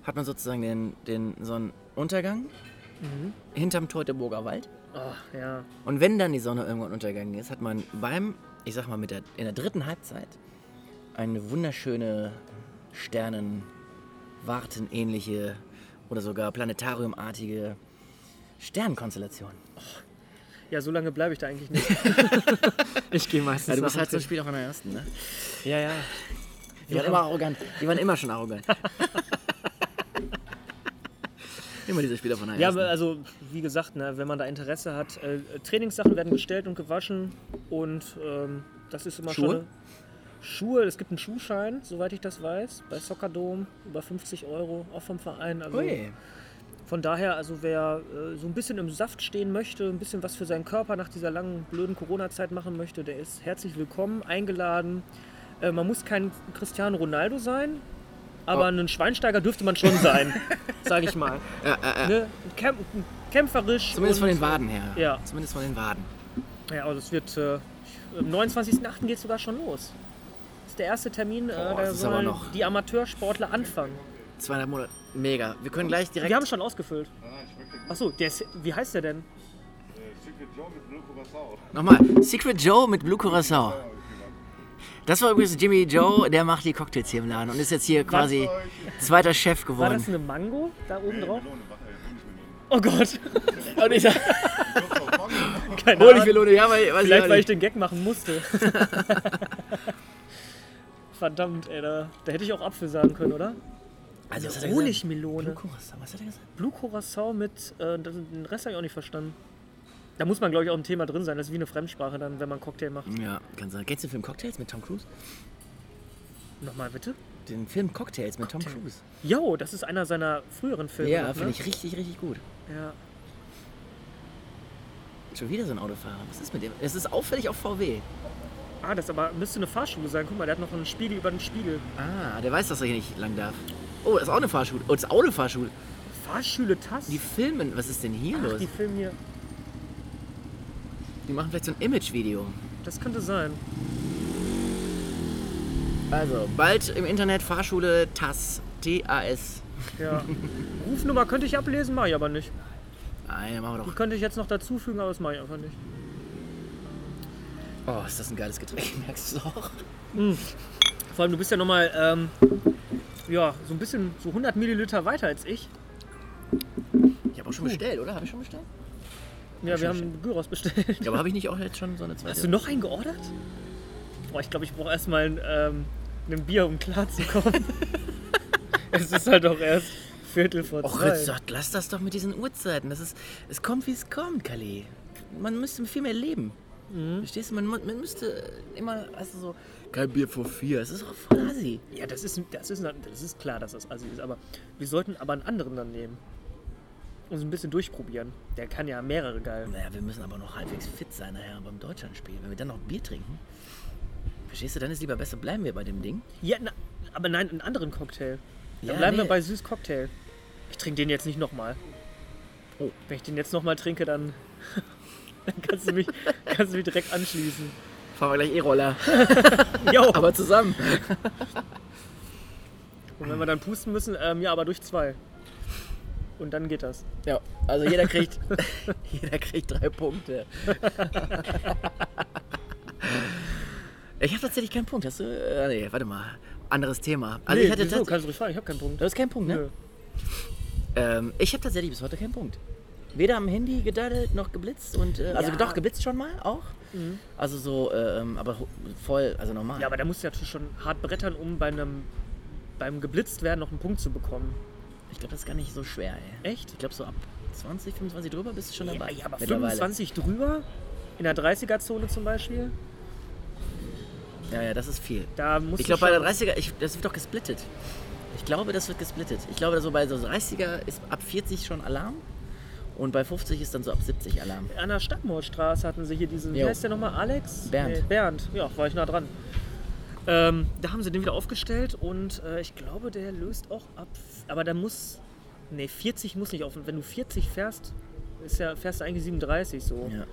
[SPEAKER 4] hat man sozusagen den, den Sonnenuntergang hinterm Teutoburger Wald.
[SPEAKER 2] Ach, Ah, ja.
[SPEAKER 4] Und wenn dann die Sonne irgendwann untergegangen ist, hat man beim, ich sag mal, mit der, in der dritten Halbzeit eine wunderschöne Sternenwartenähnliche oder sogar planetariumartige Sternenkonstellation.
[SPEAKER 2] ja, so lange bleibe ich da eigentlich nicht. ich gehe meistens.
[SPEAKER 4] Ja, du bist
[SPEAKER 2] nach
[SPEAKER 4] halt
[SPEAKER 2] dem
[SPEAKER 4] so ein Spiel auch in der ersten, ne?
[SPEAKER 2] Training. ja, ja.
[SPEAKER 4] Die waren immer arrogant. Die waren immer schon arrogant. immer diese Spieler von der
[SPEAKER 2] Ja,
[SPEAKER 4] ersten.
[SPEAKER 2] aber also wie gesagt, ne, wenn man da Interesse hat, äh, Trainingssachen werden gestellt und gewaschen und ähm, das ist immer
[SPEAKER 4] Schuhe?
[SPEAKER 2] schon eine- Schuhe, es gibt einen Schuhschein, soweit ich das weiß, bei Soccerdom, über 50 Euro, auch vom Verein. Also
[SPEAKER 4] Ui.
[SPEAKER 2] von daher, also wer äh, so ein bisschen im Saft stehen möchte, ein bisschen was für seinen Körper nach dieser langen, blöden Corona-Zeit machen möchte, der ist herzlich willkommen, eingeladen. Äh, man muss kein Cristiano Ronaldo sein,
[SPEAKER 4] Oh.
[SPEAKER 2] aber einen Schweinsteiger dürfte man schon sein, sage ich mal. Ne? Kämp kämpferisch.
[SPEAKER 4] Zumindest von
[SPEAKER 2] und-
[SPEAKER 4] den Waden her.
[SPEAKER 2] Ja.
[SPEAKER 4] Zumindest von den Waden.
[SPEAKER 2] Ja, aber das wird. Äh, am 29.08. geht sogar schon los. Das ist der erste Termin, äh,
[SPEAKER 4] Boah,
[SPEAKER 2] da
[SPEAKER 4] das ist aber
[SPEAKER 2] sollen
[SPEAKER 4] noch-
[SPEAKER 2] die Amateursportler anfangen.
[SPEAKER 4] Zweieinhalb Monate. Mega. Wir können gleich direkt.
[SPEAKER 2] Wir haben schon ausgefüllt. Achso, der ist, wie heißt der denn?
[SPEAKER 1] Secret Joe mit Blue Curaçao.
[SPEAKER 4] Nochmal. Secret Joe mit Blue Curacao. Das war übrigens Jimmy Joe, der macht die Cocktails hier im Laden und ist jetzt hier quasi zweiter Chef
[SPEAKER 2] War
[SPEAKER 4] geworden.
[SPEAKER 2] das eine Mango da oben drauf?
[SPEAKER 1] Melone, was, äh, Honigmelone.
[SPEAKER 2] Oh Gott,
[SPEAKER 4] Und ich sag,
[SPEAKER 2] keine Ahnung.
[SPEAKER 4] Honigmelone, ja, weil, weiß
[SPEAKER 2] Vielleicht,
[SPEAKER 4] ich auch
[SPEAKER 2] weil ich
[SPEAKER 4] nicht.
[SPEAKER 2] den Gag machen musste. Verdammt, ey, da, da hätte ich auch Apfel sagen können, oder?
[SPEAKER 4] Also, was hat er gesagt? Blue
[SPEAKER 2] Honigmelone.
[SPEAKER 4] Curacao, was hat er gesagt?
[SPEAKER 2] Blue Curacao mit. Äh, das- den Rest habe ich auch nicht verstanden. Da muss man, glaube ich, auch ein Thema drin sein. Das ist wie eine Fremdsprache dann, wenn man einen Cocktail macht.
[SPEAKER 4] Ja, kann sein. Kennst du den Film Cocktails mit Tom Cruise?
[SPEAKER 2] Nochmal bitte.
[SPEAKER 4] Den Film Cocktails mit Tom Cruise.
[SPEAKER 2] Jo, das ist einer seiner früheren Filme. ne?
[SPEAKER 4] Ja,
[SPEAKER 2] noch,
[SPEAKER 4] finde
[SPEAKER 2] ne?
[SPEAKER 4] ich richtig, richtig gut.
[SPEAKER 2] Ja.
[SPEAKER 4] Schon wieder so ein Autofahrer. Was ist mit dem? Es ist auffällig auf VW.
[SPEAKER 2] Ah, das aber müsste eine Fahrschule sein. Guck mal, der hat noch einen Spiegel über den Spiegel.
[SPEAKER 4] Ah, der weiß, dass er hier nicht lang darf. Oh, das ist auch eine Fahrschule. Oh, das ist auch eine Fahrschule.
[SPEAKER 2] Fahrschule Tass?
[SPEAKER 4] Die filmen. Was ist denn hier
[SPEAKER 2] Ach,
[SPEAKER 4] los?
[SPEAKER 2] die
[SPEAKER 4] Die,
[SPEAKER 2] filmen hier.
[SPEAKER 4] machen vielleicht so ein Image-Video.
[SPEAKER 2] Das könnte sein.
[SPEAKER 4] Also, bald im Internet Fahrschule TAS. T-A-S.
[SPEAKER 2] Ja. Rufnummer könnte ich ablesen, mache ich aber nicht.
[SPEAKER 4] Nein, dann machen wir
[SPEAKER 2] Die
[SPEAKER 4] doch.
[SPEAKER 2] könnte ich jetzt noch dazufügen, aber das mache ich einfach nicht.
[SPEAKER 4] Oh, ist das ein geiles Getränk, merkst du es auch?
[SPEAKER 2] Vor allem, du bist ja nochmal, ähm, ja, so ein bisschen, so 100 Milliliter weiter als ich.
[SPEAKER 4] Ich habe auch schon bestellt, oder? Habe ich schon bestellt?
[SPEAKER 2] Ja, wir
[SPEAKER 4] Schön,
[SPEAKER 2] haben Gyros bestellt.
[SPEAKER 4] Ja, aber habe ich nicht auch jetzt schon so eine
[SPEAKER 2] Hast du
[SPEAKER 4] zweite?
[SPEAKER 2] noch einen geordert? Boah, ich glaube, ich brauche erstmal ein, ähm, ein Bier, um klarzukommen. es ist halt auch erst Viertel vor
[SPEAKER 4] Och,
[SPEAKER 2] zwei.
[SPEAKER 4] Ritzot, lass das doch mit diesen Uhrzeiten. Das ist, es kommt, wie es kommt, Kali. Man müsste viel mehr leben. Verstehst du? Man, mu- man müsste immer, also so, Mhm. kein Bier vor vier. Es ist auch voll assi.
[SPEAKER 2] ja, das ist, das, ist, das ist klar, dass das Assi ist, aber wir sollten aber einen anderen dann nehmen. Und so ein bisschen durchprobieren. Der kann ja mehrere geil.
[SPEAKER 4] Naja, wir müssen aber noch halbwegs fit sein nachher beim Deutschlandspiel. Wenn wir dann noch Bier trinken, verstehst du, dann ist lieber besser, bleiben wir bei dem Ding.
[SPEAKER 2] Ja, na, aber nein, einen anderen Cocktail. Dann
[SPEAKER 4] Ja,
[SPEAKER 2] bleiben wir
[SPEAKER 4] nee.
[SPEAKER 2] bei süß Cocktail. Ich trinke den jetzt nicht nochmal.
[SPEAKER 4] Oh.
[SPEAKER 2] Wenn ich den jetzt nochmal trinke, dann, dann kannst, du mich, kannst du mich direkt anschließen.
[SPEAKER 4] Fahren wir gleich E-Roller,
[SPEAKER 2] Jo.
[SPEAKER 4] aber zusammen.
[SPEAKER 2] Und wenn wir dann pusten müssen, ähm, ja, aber durch zwei. Und dann geht das.
[SPEAKER 4] Ja, also jeder kriegt, jeder kriegt drei Punkte. ich habe tatsächlich keinen Punkt. Hast du? Äh, nee, warte mal. Anderes Thema. Also
[SPEAKER 2] Nee,
[SPEAKER 4] ich hatte
[SPEAKER 2] wieso?
[SPEAKER 4] tatsächlich.
[SPEAKER 2] kannst du ruhig fragen, ich habe keinen Punkt.
[SPEAKER 4] Du hast keinen Punkt, ne?
[SPEAKER 2] Nö.
[SPEAKER 4] Ähm, ich habe tatsächlich bis heute keinen Punkt. Weder am Handy gedaddelt noch geblitzt und äh, also
[SPEAKER 2] Ja. Mhm.
[SPEAKER 4] doch geblitzt schon mal auch. Also so, ähm, aber ho- voll, also normal.
[SPEAKER 2] Ja, aber da musst du ja schon hart brettern, um bei einem, beim geblitzt werden noch einen Punkt zu bekommen.
[SPEAKER 4] ich glaube, das ist gar nicht so schwer, ey.
[SPEAKER 2] Echt?
[SPEAKER 4] Ich glaube so ab 20, 25 drüber bist du schon dabei.
[SPEAKER 2] ja, aber
[SPEAKER 4] mittlerweile.
[SPEAKER 2] 25 drüber, in der 30er-Zone zum Beispiel,
[SPEAKER 4] Ja, ja, das ist viel.
[SPEAKER 2] da musst
[SPEAKER 4] Ich
[SPEAKER 2] du
[SPEAKER 4] glaube, bei der
[SPEAKER 2] schon-
[SPEAKER 4] 30er, ich, das wird doch gesplittet. Ich glaube, das wird gesplittet. Ich glaube, so bei so 30er ist ab 40 schon Alarm und bei 50 ist dann so ab 70 Alarm.
[SPEAKER 2] An der Stadtmordstraße hatten sie hier diesen, wie
[SPEAKER 4] Jo. Äh,
[SPEAKER 2] heißt der nochmal, Alex?
[SPEAKER 4] Bernd.
[SPEAKER 2] Nee, Bernd, ja, war ich nah dran. Ähm, da haben sie den wieder aufgestellt und äh, ich glaube, der löst auch ab. Aber da muss, nee, 40 muss nicht auf. Wenn du 40 fährst, ist ja, fährst du eigentlich 37 so.
[SPEAKER 4] Ja.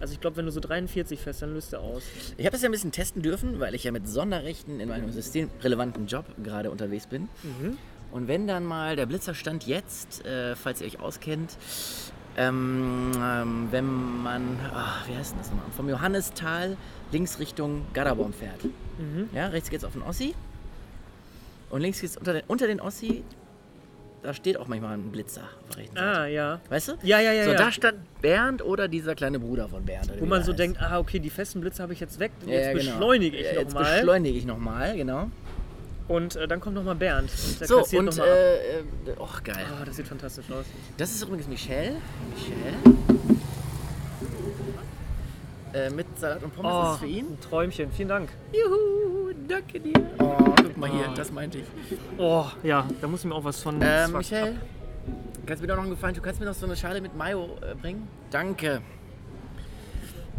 [SPEAKER 2] Also ich glaube, wenn du so 43 fährst, dann löst er aus.
[SPEAKER 4] Ich habe das ja ein bisschen testen dürfen, weil ich ja mit Sonderrechten in meinem systemrelevanten Job gerade unterwegs bin.
[SPEAKER 2] Mhm.
[SPEAKER 4] Und wenn dann mal der Blitzerstand jetzt, äh, falls ihr euch auskennt, ähm, ähm, wenn man, ah, wie heißt denn das nochmal, vom Johannistal links Richtung Garabaum fährt.
[SPEAKER 2] Mhm.
[SPEAKER 4] Ja, rechts geht's auf den Ossi und links geht's unter den, unter den Ossi, da steht auch manchmal ein Blitzer auf der rechten Seite.
[SPEAKER 2] Ah, ja.
[SPEAKER 4] Weißt du?
[SPEAKER 2] Ja, ja, ja,
[SPEAKER 4] So,
[SPEAKER 2] ja.
[SPEAKER 4] da stand Bernd oder dieser kleine Bruder von Bernd. oder
[SPEAKER 2] Wo
[SPEAKER 4] wie
[SPEAKER 2] man
[SPEAKER 4] der
[SPEAKER 2] so
[SPEAKER 4] heißt.
[SPEAKER 2] denkt, ah, okay, die festen Blitze habe ich jetzt weg,
[SPEAKER 4] Ja,
[SPEAKER 2] jetzt
[SPEAKER 4] ja, genau.
[SPEAKER 2] beschleunige
[SPEAKER 4] Ja,
[SPEAKER 2] ich
[SPEAKER 4] Jetzt
[SPEAKER 2] nochmal.
[SPEAKER 4] beschleunige ich nochmal, genau.
[SPEAKER 2] Und äh, dann kommt nochmal Bernd. Und der
[SPEAKER 4] So,
[SPEAKER 2] kassiert
[SPEAKER 4] und,
[SPEAKER 2] nochmal ab.
[SPEAKER 4] äh, äh, oh, geil.
[SPEAKER 2] Ah, das sieht fantastisch aus.
[SPEAKER 4] Das ist übrigens Michelle. Michelle. Äh, mit Salat und Pommes ist es für ihn.
[SPEAKER 2] Oh, Ein Träumchen, vielen Dank.
[SPEAKER 4] Juhu, danke dir. Oh, guck mal hier, das meinte ich.
[SPEAKER 2] Oh, ja, da muss ich mir auch was von.
[SPEAKER 4] Ähm,
[SPEAKER 2] von-
[SPEAKER 4] Michelle, kannst du mir doch noch einen Gefallen tun? Kannst du mir noch so eine Schale mit Mayo äh, bringen? Danke.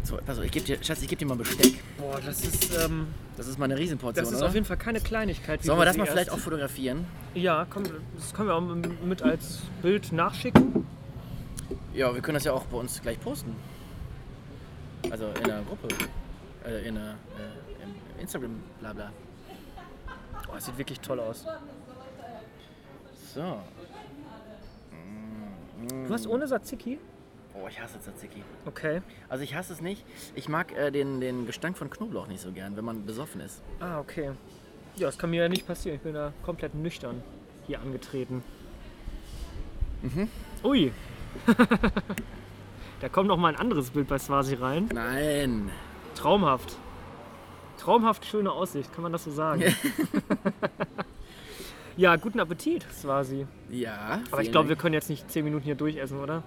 [SPEAKER 4] So, pass auf, ich geb dir, Schatz, ich geb dir mal Besteck.
[SPEAKER 2] Boah, das ist, ähm,
[SPEAKER 4] Das ist mal eine Riesenportion,
[SPEAKER 2] das ist
[SPEAKER 4] oder?
[SPEAKER 2] auf jeden Fall keine Kleinigkeit. wie
[SPEAKER 4] Sollen wir das mal
[SPEAKER 2] sie
[SPEAKER 4] vielleicht auch
[SPEAKER 2] erst-
[SPEAKER 4] fotografieren?
[SPEAKER 2] Ja, komm, das können wir auch m- mit als Bild nachschicken.
[SPEAKER 4] Ja, wir können das ja auch bei uns gleich posten. Also in der Gruppe. Äh, in der äh, im- im Instagram, bla bla. Oh,
[SPEAKER 2] Boah, das sieht wirklich toll aus.
[SPEAKER 4] So.
[SPEAKER 2] Du hast ohne Tzatziki?
[SPEAKER 4] Oh, ich hasse Tzatziki.
[SPEAKER 2] Okay.
[SPEAKER 4] Also ich hasse es nicht. Ich mag äh, den, den Gestank von Knoblauch nicht so gern, wenn man besoffen ist.
[SPEAKER 2] Ah, okay. Ja, das kann mir ja nicht passieren. Ich bin da komplett nüchtern hier angetreten. Mhm. Ui. da kommt noch mal ein anderes Bild bei Swazi rein.
[SPEAKER 4] Nein.
[SPEAKER 2] Traumhaft. Traumhaft schöne Aussicht, kann man das so sagen? ja, guten Appetit, Swasi.
[SPEAKER 4] Ja.
[SPEAKER 2] Aber ich
[SPEAKER 4] vielen
[SPEAKER 2] glaube, wir
[SPEAKER 4] Dank.
[SPEAKER 2] können jetzt nicht 10 Minuten hier durchessen, oder?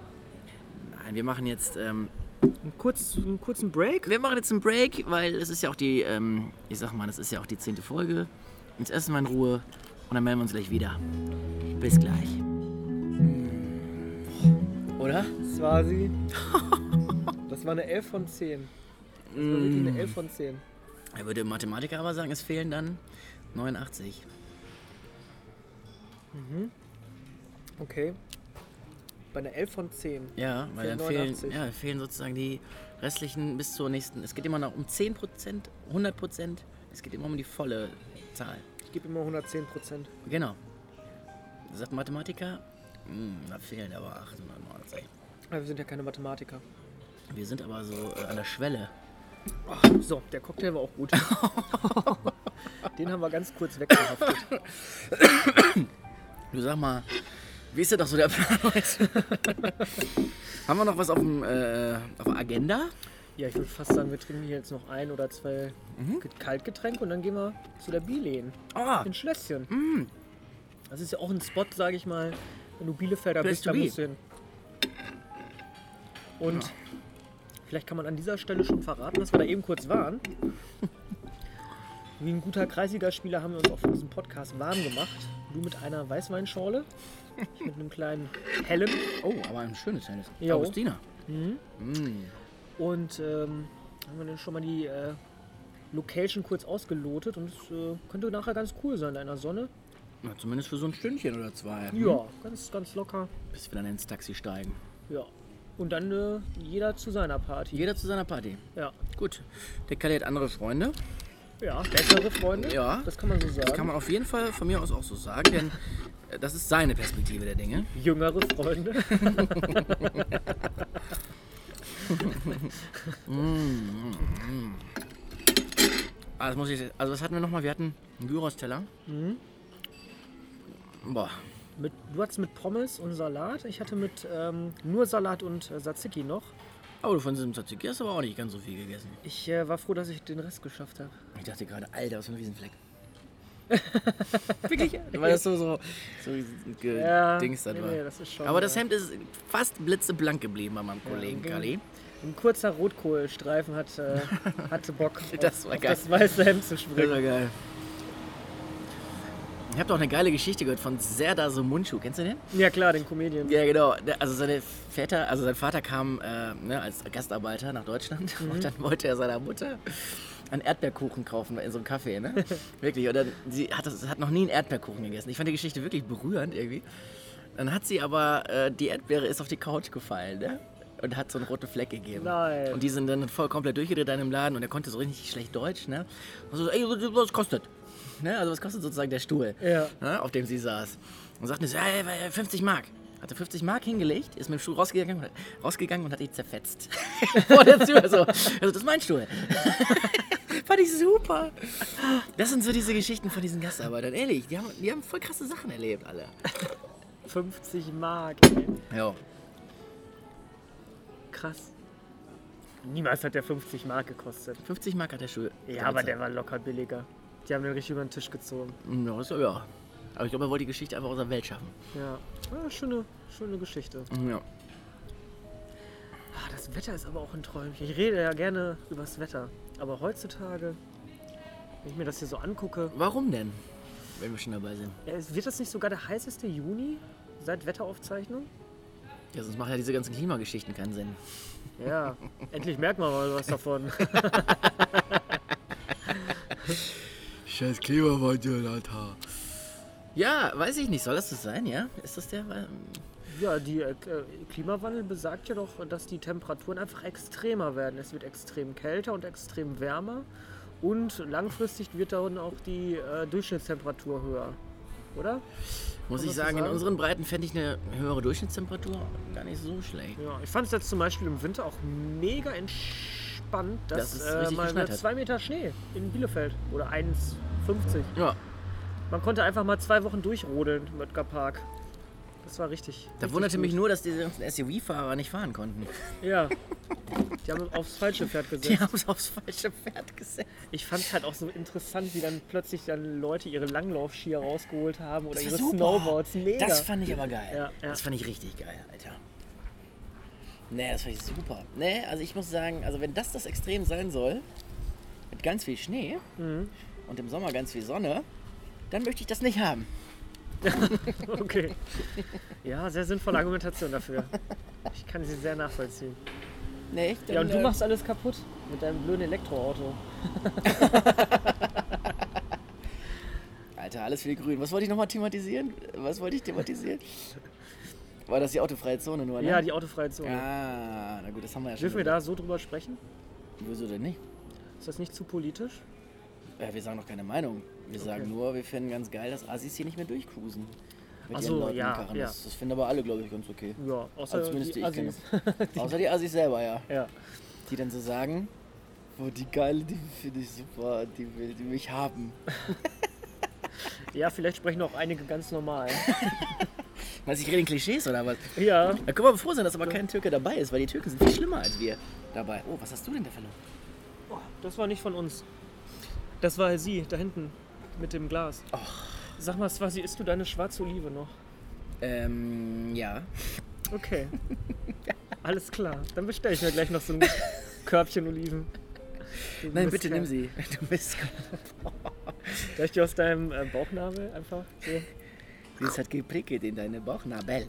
[SPEAKER 4] Nein, wir machen jetzt. Ähm,
[SPEAKER 2] Einen, kurz, einen kurzen Break?
[SPEAKER 4] wir machen jetzt einen Break, weil es ist ja auch die. Ähm, ich sag mal, das ist ja auch die zehnte Folge. Jetzt essen wir in Ruhe und dann melden wir uns gleich wieder. Bis gleich. Oder?
[SPEAKER 2] Swasi. Das war eine 11 von 10. Das war wirklich eine 11 von 10.
[SPEAKER 4] Er würde Mathematiker aber sagen, es fehlen dann 89.
[SPEAKER 2] Okay. Bei einer 11 von 10.
[SPEAKER 4] Ja, weil dann
[SPEAKER 2] Fehlen
[SPEAKER 4] fehlen,
[SPEAKER 2] 89.
[SPEAKER 4] ja, fehlen sozusagen die restlichen bis zur nächsten. Es geht immer noch um 10 Prozent, 100 Prozent. Es geht immer um die volle Zahl.
[SPEAKER 2] Ich gebe immer 110 Prozent.
[SPEAKER 4] Genau. Sagt Mathematiker, hm, da fehlen aber 890.
[SPEAKER 2] Aber wir sind ja keine Mathematiker.
[SPEAKER 4] Wir sind aber so äh, an der Schwelle.
[SPEAKER 2] So, der Cocktail war auch gut. Den haben wir ganz kurz weggehaftet.
[SPEAKER 4] Du sag mal, wie ist denn doch so der Plan heute? Haben wir noch was auf, dem, äh, auf der Agenda?
[SPEAKER 2] Ja, ich würde fast sagen, wir trinken hier jetzt noch ein oder zwei Ge- Kaltgetränke und dann gehen wir zu der Bilehn.
[SPEAKER 4] Oh,
[SPEAKER 2] In Schlösschen. Das ist ja auch ein Spot, sage ich mal. Wenn du Bielefelder
[SPEAKER 4] Place
[SPEAKER 2] bist,
[SPEAKER 4] to
[SPEAKER 2] da
[SPEAKER 4] be.
[SPEAKER 2] musst du hin. Und vielleicht kann man an dieser Stelle schon verraten, dass wir da eben kurz waren. Wie ein guter Kreisligaspieler haben wir uns auch für diesen Podcast warm gemacht. Du mit einer Weißweinschorle, ich mit einem kleinen hellen.
[SPEAKER 4] oh aber ein schönes Tennis.
[SPEAKER 2] Jo.
[SPEAKER 4] Augustina.
[SPEAKER 2] Und ähm, haben wir dann schon mal die äh, Location kurz ausgelotet und es äh, könnte nachher ganz cool sein in einer Sonne.
[SPEAKER 4] Na, zumindest für so ein Stündchen oder zwei. Hm?
[SPEAKER 2] Ja, ganz, ganz locker.
[SPEAKER 4] Bis wir dann ins Taxi steigen.
[SPEAKER 2] Ja. Und dann äh, jeder zu seiner Party.
[SPEAKER 4] Jeder zu seiner Party.
[SPEAKER 2] Ja.
[SPEAKER 4] Gut. Der Kalle hat andere Freunde.
[SPEAKER 2] Ja, bessere Freunde.
[SPEAKER 4] Ja.
[SPEAKER 2] Das kann man so sagen.
[SPEAKER 4] Das kann man auf jeden Fall von mir aus auch so sagen, denn äh, das ist seine Perspektive der Dinge.
[SPEAKER 2] Jüngere Freunde.
[SPEAKER 4] Ah, das muss ich, also was hatten wir nochmal? Wir hatten einen Gyros-Teller.
[SPEAKER 2] Mhm.
[SPEAKER 4] Boah.
[SPEAKER 2] Mit, du hattest mit Pommes und Salat. Ich hatte mit ähm, nur Salat und äh, Tzatziki noch.
[SPEAKER 4] Aber von diesem Tzatziki hast du aber auch nicht ganz so viel gegessen.
[SPEAKER 2] Ich äh, war froh, dass ich den Rest geschafft habe.
[SPEAKER 4] Ich dachte gerade, Alter, was für ein Riesenfleck. Wirklich? Weil das so, so, so ge- Dings das
[SPEAKER 2] nee,
[SPEAKER 4] war.
[SPEAKER 2] nee, das ist schon,
[SPEAKER 4] Aber das
[SPEAKER 2] äh,
[SPEAKER 4] Hemd ist fast blitzeblank geblieben bei meinem Kollegen
[SPEAKER 2] ging-
[SPEAKER 4] Kali.
[SPEAKER 2] Ein kurzer Rotkohlstreifen hat, äh, hatte Bock,
[SPEAKER 4] Das
[SPEAKER 2] auf,
[SPEAKER 4] war
[SPEAKER 2] auf
[SPEAKER 4] geil.
[SPEAKER 2] das weiße Hemd zu
[SPEAKER 4] Das
[SPEAKER 2] springen.
[SPEAKER 4] war geil. Ich habe doch eine geile Geschichte gehört von Serdar Somunchu. Kennst du den?
[SPEAKER 2] Ja klar, den Comedian.
[SPEAKER 4] Ja, genau. Der- Also, seine Väter, also sein Vater kam äh, ne, als Gastarbeiter nach Deutschland und dann wollte er seiner Mutter einen Erdbeerkuchen kaufen in so einem Café. Ne? wirklich. Und dann, sie hat, das, hat noch nie einen Erdbeerkuchen gegessen. Ich fand die Geschichte wirklich berührend irgendwie. Dann hat sie aber, äh, die Erdbeere ist auf die Couch gefallen ne? und hat so einen roten Fleck gegeben.
[SPEAKER 2] Nein.
[SPEAKER 4] Und die sind dann voll komplett durchgedreht in im Laden und er konnte so richtig schlecht Deutsch. Ne? Und so, ey, was kostet? Ne? Also, was kostet sozusagen der Stuhl?
[SPEAKER 2] Ja.
[SPEAKER 4] ne, auf dem sie saß. Und sagte so, hey, hey, 50 Mark. Hatte 50 Mark hingelegt, ist mit dem Stuhl rausgegangen, und hat- rausgegangen und hat die zerfetzt. Vor der Tür so. Also, das ist mein Stuhl. Fand ich super. Das sind so diese Geschichten von diesen Gastarbeitern. Ehrlich, die haben, die haben voll krasse Sachen erlebt, alle.
[SPEAKER 2] 50 Mark. Ey.
[SPEAKER 4] Ja.
[SPEAKER 2] Krass. Niemals hat der 50 Mark gekostet.
[SPEAKER 4] 50 Mark hat der Stuhl.
[SPEAKER 2] Ja, aber der war locker billiger. Die haben den richtig über den Tisch gezogen.
[SPEAKER 4] Ja, ist, ja. Aber ich glaube, er wollte die Geschichte einfach aus der Welt schaffen.
[SPEAKER 2] Ja, ah, schöne, schöne Geschichte.
[SPEAKER 4] Ja.
[SPEAKER 2] Ah, das Wetter ist aber auch ein Träumchen. Ich rede ja gerne übers Wetter. Aber heutzutage, wenn ich mir das hier so angucke,
[SPEAKER 4] Warum denn? Wenn wir schon dabei sind.
[SPEAKER 2] ja, es- wird das nicht sogar der heißeste Juni seit Wetteraufzeichnung?
[SPEAKER 4] Ja, sonst machen ja diese ganzen Klimageschichten keinen Sinn.
[SPEAKER 2] Ja, endlich merkt man mal was davon.
[SPEAKER 4] Scheiß Klimawandel, Alter. Ja, weiß ich nicht. Soll das das sein, ja? Ist das der? Weil-
[SPEAKER 2] Ja, die äh, äh, Klimawandel besagt ja doch, dass die Temperaturen einfach extremer werden. Es wird extrem kälter und extrem wärmer. Und langfristig wird dann auch die äh, Durchschnittstemperatur höher. Oder?
[SPEAKER 4] Muss
[SPEAKER 2] Kann man
[SPEAKER 4] ich
[SPEAKER 2] so
[SPEAKER 4] sagen, in
[SPEAKER 2] sagen?
[SPEAKER 4] unseren Breiten fände ich eine höhere Durchschnittstemperatur gar nicht so schlecht.
[SPEAKER 2] Ja, ich fand es jetzt zum Beispiel im Winter auch mega entspannt, dass
[SPEAKER 4] Dass es
[SPEAKER 2] äh,
[SPEAKER 4] richtig
[SPEAKER 2] mal
[SPEAKER 4] geschneit
[SPEAKER 2] wieder
[SPEAKER 4] hat.
[SPEAKER 2] zwei Meter Schnee in Bielefeld oder 1,50.
[SPEAKER 4] Ja,
[SPEAKER 2] Man konnte einfach mal zwei Wochen durchrodeln im Oetker Park. Das war richtig.
[SPEAKER 4] da
[SPEAKER 2] richtig
[SPEAKER 4] wunderte
[SPEAKER 2] gut.
[SPEAKER 4] mich nur, dass diese ganzen SUV-Fahrer nicht fahren konnten.
[SPEAKER 2] Ja. Die haben aufs falsche Pferd gesetzt.
[SPEAKER 4] Die haben es aufs falsche Pferd gesetzt.
[SPEAKER 2] Ich fand es halt auch so interessant, wie dann plötzlich dann Leute ihre Langlaufskier rausgeholt haben oder
[SPEAKER 4] Das war
[SPEAKER 2] ihre
[SPEAKER 4] super.
[SPEAKER 2] Snowboards. Mega.
[SPEAKER 4] Das fand ich aber geil.
[SPEAKER 2] Ja, ja.
[SPEAKER 4] Das fand ich richtig geil, Alter. Nee, das fand ich super. Nee, also ich muss sagen, also wenn das das Extrem sein soll, mit ganz viel Schnee
[SPEAKER 2] Mhm.
[SPEAKER 4] und im Sommer ganz viel Sonne, dann möchte ich das nicht haben.
[SPEAKER 2] okay. Ja, sehr sinnvolle Argumentation dafür. Ich kann sie sehr nachvollziehen.
[SPEAKER 5] Ne, echt?
[SPEAKER 2] Ja, und du
[SPEAKER 5] äh,
[SPEAKER 2] machst alles kaputt mit deinem blöden Elektroauto.
[SPEAKER 4] Alter, alles für die Grünen. Was wollte ich nochmal thematisieren? Was wollte ich thematisieren? War das die autofreie Zone nur? Ne?
[SPEAKER 2] Ja, die autofreie Zone.
[SPEAKER 4] Ah, na gut, das haben wir ja schon.
[SPEAKER 2] Dürfen wir da so drüber sprechen?
[SPEAKER 4] Wieso denn nicht?
[SPEAKER 2] Ist das nicht zu politisch?
[SPEAKER 4] Ja, Äh, wir sagen doch keine Meinung. Wir sagen nur, wir finden ganz geil, dass Assis hier nicht mehr durchcruisen. Mit ihren
[SPEAKER 2] Ach so,
[SPEAKER 4] Leuten
[SPEAKER 2] ja,
[SPEAKER 4] und Karren.
[SPEAKER 2] ja.
[SPEAKER 4] Das, das finden aber alle, glaube ich, ganz okay.
[SPEAKER 2] Ja, außer
[SPEAKER 4] Also zumindest die ich
[SPEAKER 2] Assis.
[SPEAKER 4] Außer die Assis selber, ja.
[SPEAKER 2] ja.
[SPEAKER 4] Die dann so sagen, wo die geile, die finde ich super, die will die mich haben.
[SPEAKER 2] ja, vielleicht sprechen auch einige ganz normal.
[SPEAKER 4] Was, ich rede in Klischees oder was?
[SPEAKER 2] ja,
[SPEAKER 4] Da können wir froh sein, dass aber kein Türke dabei ist, weil die Türken sind viel schlimmer als wir dabei. Oh, was hast du denn da verloren?
[SPEAKER 2] oh, das war nicht von uns. Das war sie, da hinten, mit dem Glas. Sag mal, Swasi, isst du deine schwarze Olive noch?
[SPEAKER 4] Ähm, ja.
[SPEAKER 2] Okay. Alles klar. Dann bestelle ich mir gleich noch so ein Körbchen Oliven. Du
[SPEAKER 4] Nein,
[SPEAKER 2] bist
[SPEAKER 4] bitte
[SPEAKER 2] ja-
[SPEAKER 4] nimm sie. Du bist.
[SPEAKER 2] Darf ich die aus deinem äh, Bauchnabel einfach so?
[SPEAKER 4] Das hat geprickelt in deine Bauchnabel.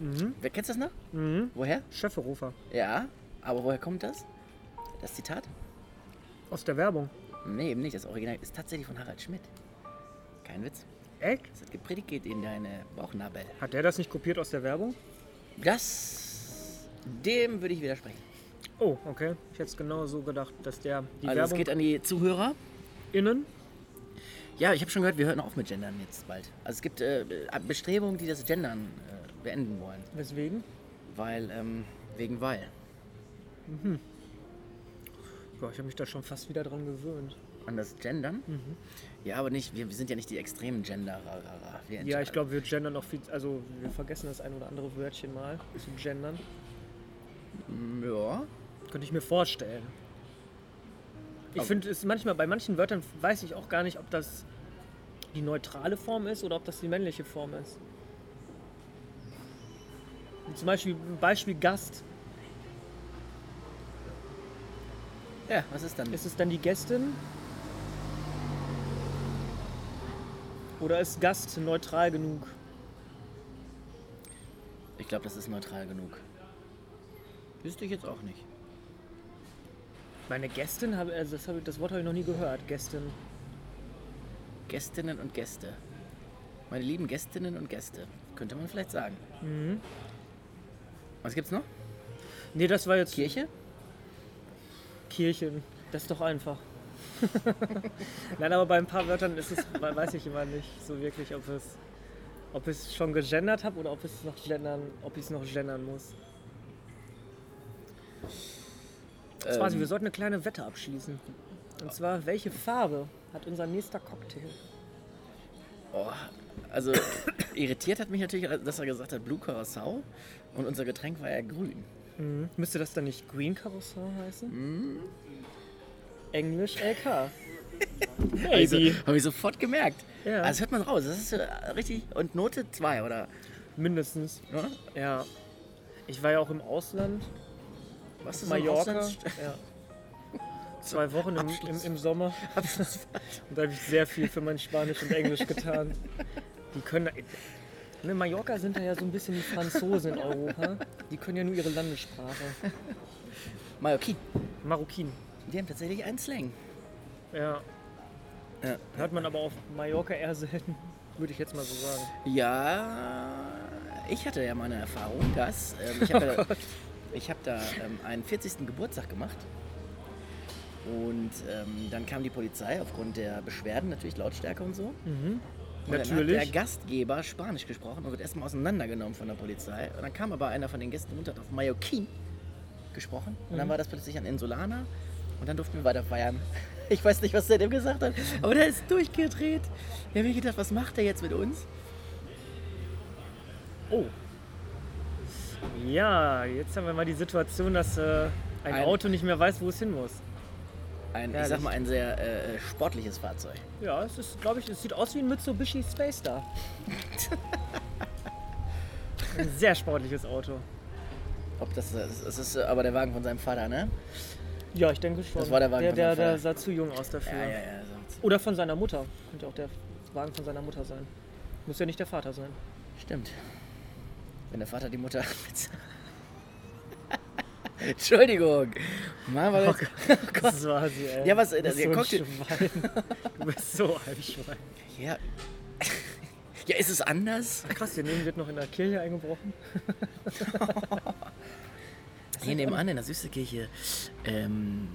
[SPEAKER 4] Mhm. Wer kennst das noch?
[SPEAKER 2] Mhm.
[SPEAKER 4] Woher?
[SPEAKER 2] Schöfferofer.
[SPEAKER 4] Ja, aber woher kommt das? Das Zitat?
[SPEAKER 2] Aus der Werbung.
[SPEAKER 4] Nee, eben nicht. Das Original ist tatsächlich von Harald Schmidt. Kein Witz.
[SPEAKER 2] Echt?
[SPEAKER 4] Das hat gepredigt in deine Bauchnabel.
[SPEAKER 2] Hat der das nicht kopiert aus der Werbung?
[SPEAKER 4] Das. Dem würde ich widersprechen.
[SPEAKER 2] Oh, okay. Ich hätte es genau so gedacht, dass der die
[SPEAKER 4] also, es
[SPEAKER 2] Werbung
[SPEAKER 4] geht an die Zuhörer.
[SPEAKER 2] innen.
[SPEAKER 4] Ja, ich habe schon gehört, wir hören auf mit Gendern jetzt bald. Also, es gibt äh, Bestrebungen, die das Gendern äh, beenden wollen.
[SPEAKER 2] Weswegen?
[SPEAKER 4] Weil, ähm, wegen weil.
[SPEAKER 2] Ja, ich habe mich da schon fast wieder dran gewöhnt.
[SPEAKER 4] An das Gendern?
[SPEAKER 2] Mhm.
[SPEAKER 4] Ja, aber nicht, wir, wir sind ja nicht die extremen Genderer. Wir
[SPEAKER 2] Ja, ich glaube, wir gendern noch viel. Also, wir vergessen das ein oder andere Wörtchen mal zu gendern.
[SPEAKER 4] Ja.
[SPEAKER 2] Könnte ich mir vorstellen. Ich finde es manchmal, bei manchen Wörtern weiß ich auch gar nicht, ob das die neutrale Form ist oder ob das die männliche Form ist. Zum Beispiel, Beispiel Gast.
[SPEAKER 4] Ja, was ist dann?
[SPEAKER 2] Ist es dann die Gästin? Oder ist Gast neutral genug?
[SPEAKER 4] Ich glaube, das ist neutral genug. Wüsste ich jetzt auch nicht.
[SPEAKER 2] Meine Gästin, habe, also das, habe, das Wort habe ich noch nie gehört. Gästin.
[SPEAKER 4] Gästinnen und Gäste. Meine lieben Gästinnen und Gäste. Könnte man vielleicht sagen.
[SPEAKER 2] Mhm.
[SPEAKER 4] Was gibt's noch?
[SPEAKER 2] Nee, das war jetzt
[SPEAKER 4] Kirche?
[SPEAKER 2] Kirchen. Das ist doch einfach. Nein, aber bei ein paar Wörtern ist es, we- weiß ich immer nicht so wirklich, ob es, ob ich es schon gegendert habe oder ob ich es noch gendern, ob ich es noch gendern muss.
[SPEAKER 4] Ähm,
[SPEAKER 2] Quasi, wir sollten eine kleine Wette abschließen. Und zwar, welche Farbe hat unser nächster Cocktail?
[SPEAKER 4] oh, also irritiert hat mich natürlich, dass er gesagt hat, Blue Curacao und unser Getränk war ja grün.
[SPEAKER 2] Müsste das dann nicht Green Carousel heißen? Hm. Englisch LK.
[SPEAKER 4] Also,
[SPEAKER 2] Maybe.
[SPEAKER 4] Habe ich sofort gemerkt.
[SPEAKER 2] Ja.
[SPEAKER 4] Also hört man raus, das ist äh, richtig. Und Note 2, oder?
[SPEAKER 2] Mindestens. ne?
[SPEAKER 4] oder?
[SPEAKER 2] Ja. Ich war ja auch im Ausland.
[SPEAKER 4] Was ist
[SPEAKER 2] Mallorca. Ja. Zwei Wochen im, im,
[SPEAKER 4] Abschluss.
[SPEAKER 2] im Sommer. Und da habe ich sehr viel für mein Spanisch und Englisch getan. Die können. da- Ne, Mallorca sind da ja so ein bisschen die Franzosen in Europa. Die können ja nur ihre Landessprache.
[SPEAKER 4] Mallorquin.
[SPEAKER 2] Marokkin.
[SPEAKER 4] Die haben tatsächlich einen Slang.
[SPEAKER 2] Ja.
[SPEAKER 4] Ja.
[SPEAKER 2] Hört man aber auf Mallorca eher selten, würde ich jetzt mal so sagen.
[SPEAKER 4] Ja, ich hatte ja meine Erfahrung, dass ähm, ich habe da, ich hab da ähm, einen 40. Geburtstag gemacht. Und ähm, dann kam die Polizei aufgrund der Beschwerden, natürlich Lautstärke und so. Und Dann hat
[SPEAKER 2] Natürlich.
[SPEAKER 4] der Gastgeber Spanisch gesprochen und wird erstmal auseinandergenommen von der Polizei. Und dann kam aber einer von den Gästen runter und hat auf Mallorquin gesprochen. Und dann war das plötzlich ein Insulaner. Und dann durften wir weiter feiern. Ich weiß nicht, was der dem gesagt hat, aber der ist durchgedreht. Ich habe mir gedacht, was macht der jetzt mit uns?
[SPEAKER 2] Oh. Ja, jetzt haben wir mal die Situation, dass äh, ein,
[SPEAKER 4] Ein-
[SPEAKER 2] Auto nicht mehr weiß, wo es hin muss.
[SPEAKER 4] Ein, ich
[SPEAKER 2] Herrlich.
[SPEAKER 4] sag mal, ein sehr äh, äh, sportliches Fahrzeug.
[SPEAKER 2] Ja, es ist, glaube ich, es sieht aus wie ein Mitsubishi Space Star. ein sehr sportliches Auto.
[SPEAKER 4] Ob das, das, das ist äh, aber der Wagen von seinem Vater, ne?
[SPEAKER 2] Ja, ich denke schon.
[SPEAKER 4] Das war der Wagen
[SPEAKER 2] der,
[SPEAKER 4] von
[SPEAKER 2] der,
[SPEAKER 4] seinem
[SPEAKER 2] der
[SPEAKER 4] Vater.
[SPEAKER 2] sah zu jung aus dafür.
[SPEAKER 4] ja. so.
[SPEAKER 2] Oder von seiner Mutter. Könnte auch der Wagen von seiner Mutter sein. Muss ja nicht der Vater sein.
[SPEAKER 4] Stimmt. Wenn der Vater die Mutter bezahlt. Entschuldigung. Mann, war
[SPEAKER 2] Oh
[SPEAKER 4] das...
[SPEAKER 2] Das war sie, ey.
[SPEAKER 4] Oh Ja, was, äh,
[SPEAKER 2] also, Du bist
[SPEAKER 4] der
[SPEAKER 2] so ein
[SPEAKER 4] Cocktail-
[SPEAKER 2] Schwein. Du bist so ein Schwein.
[SPEAKER 4] Ja. ja, ist es anders?
[SPEAKER 2] Krass, hier neben wird noch in der Kirche eingebrochen.
[SPEAKER 4] Hier nebenan in der Süßekirche ähm,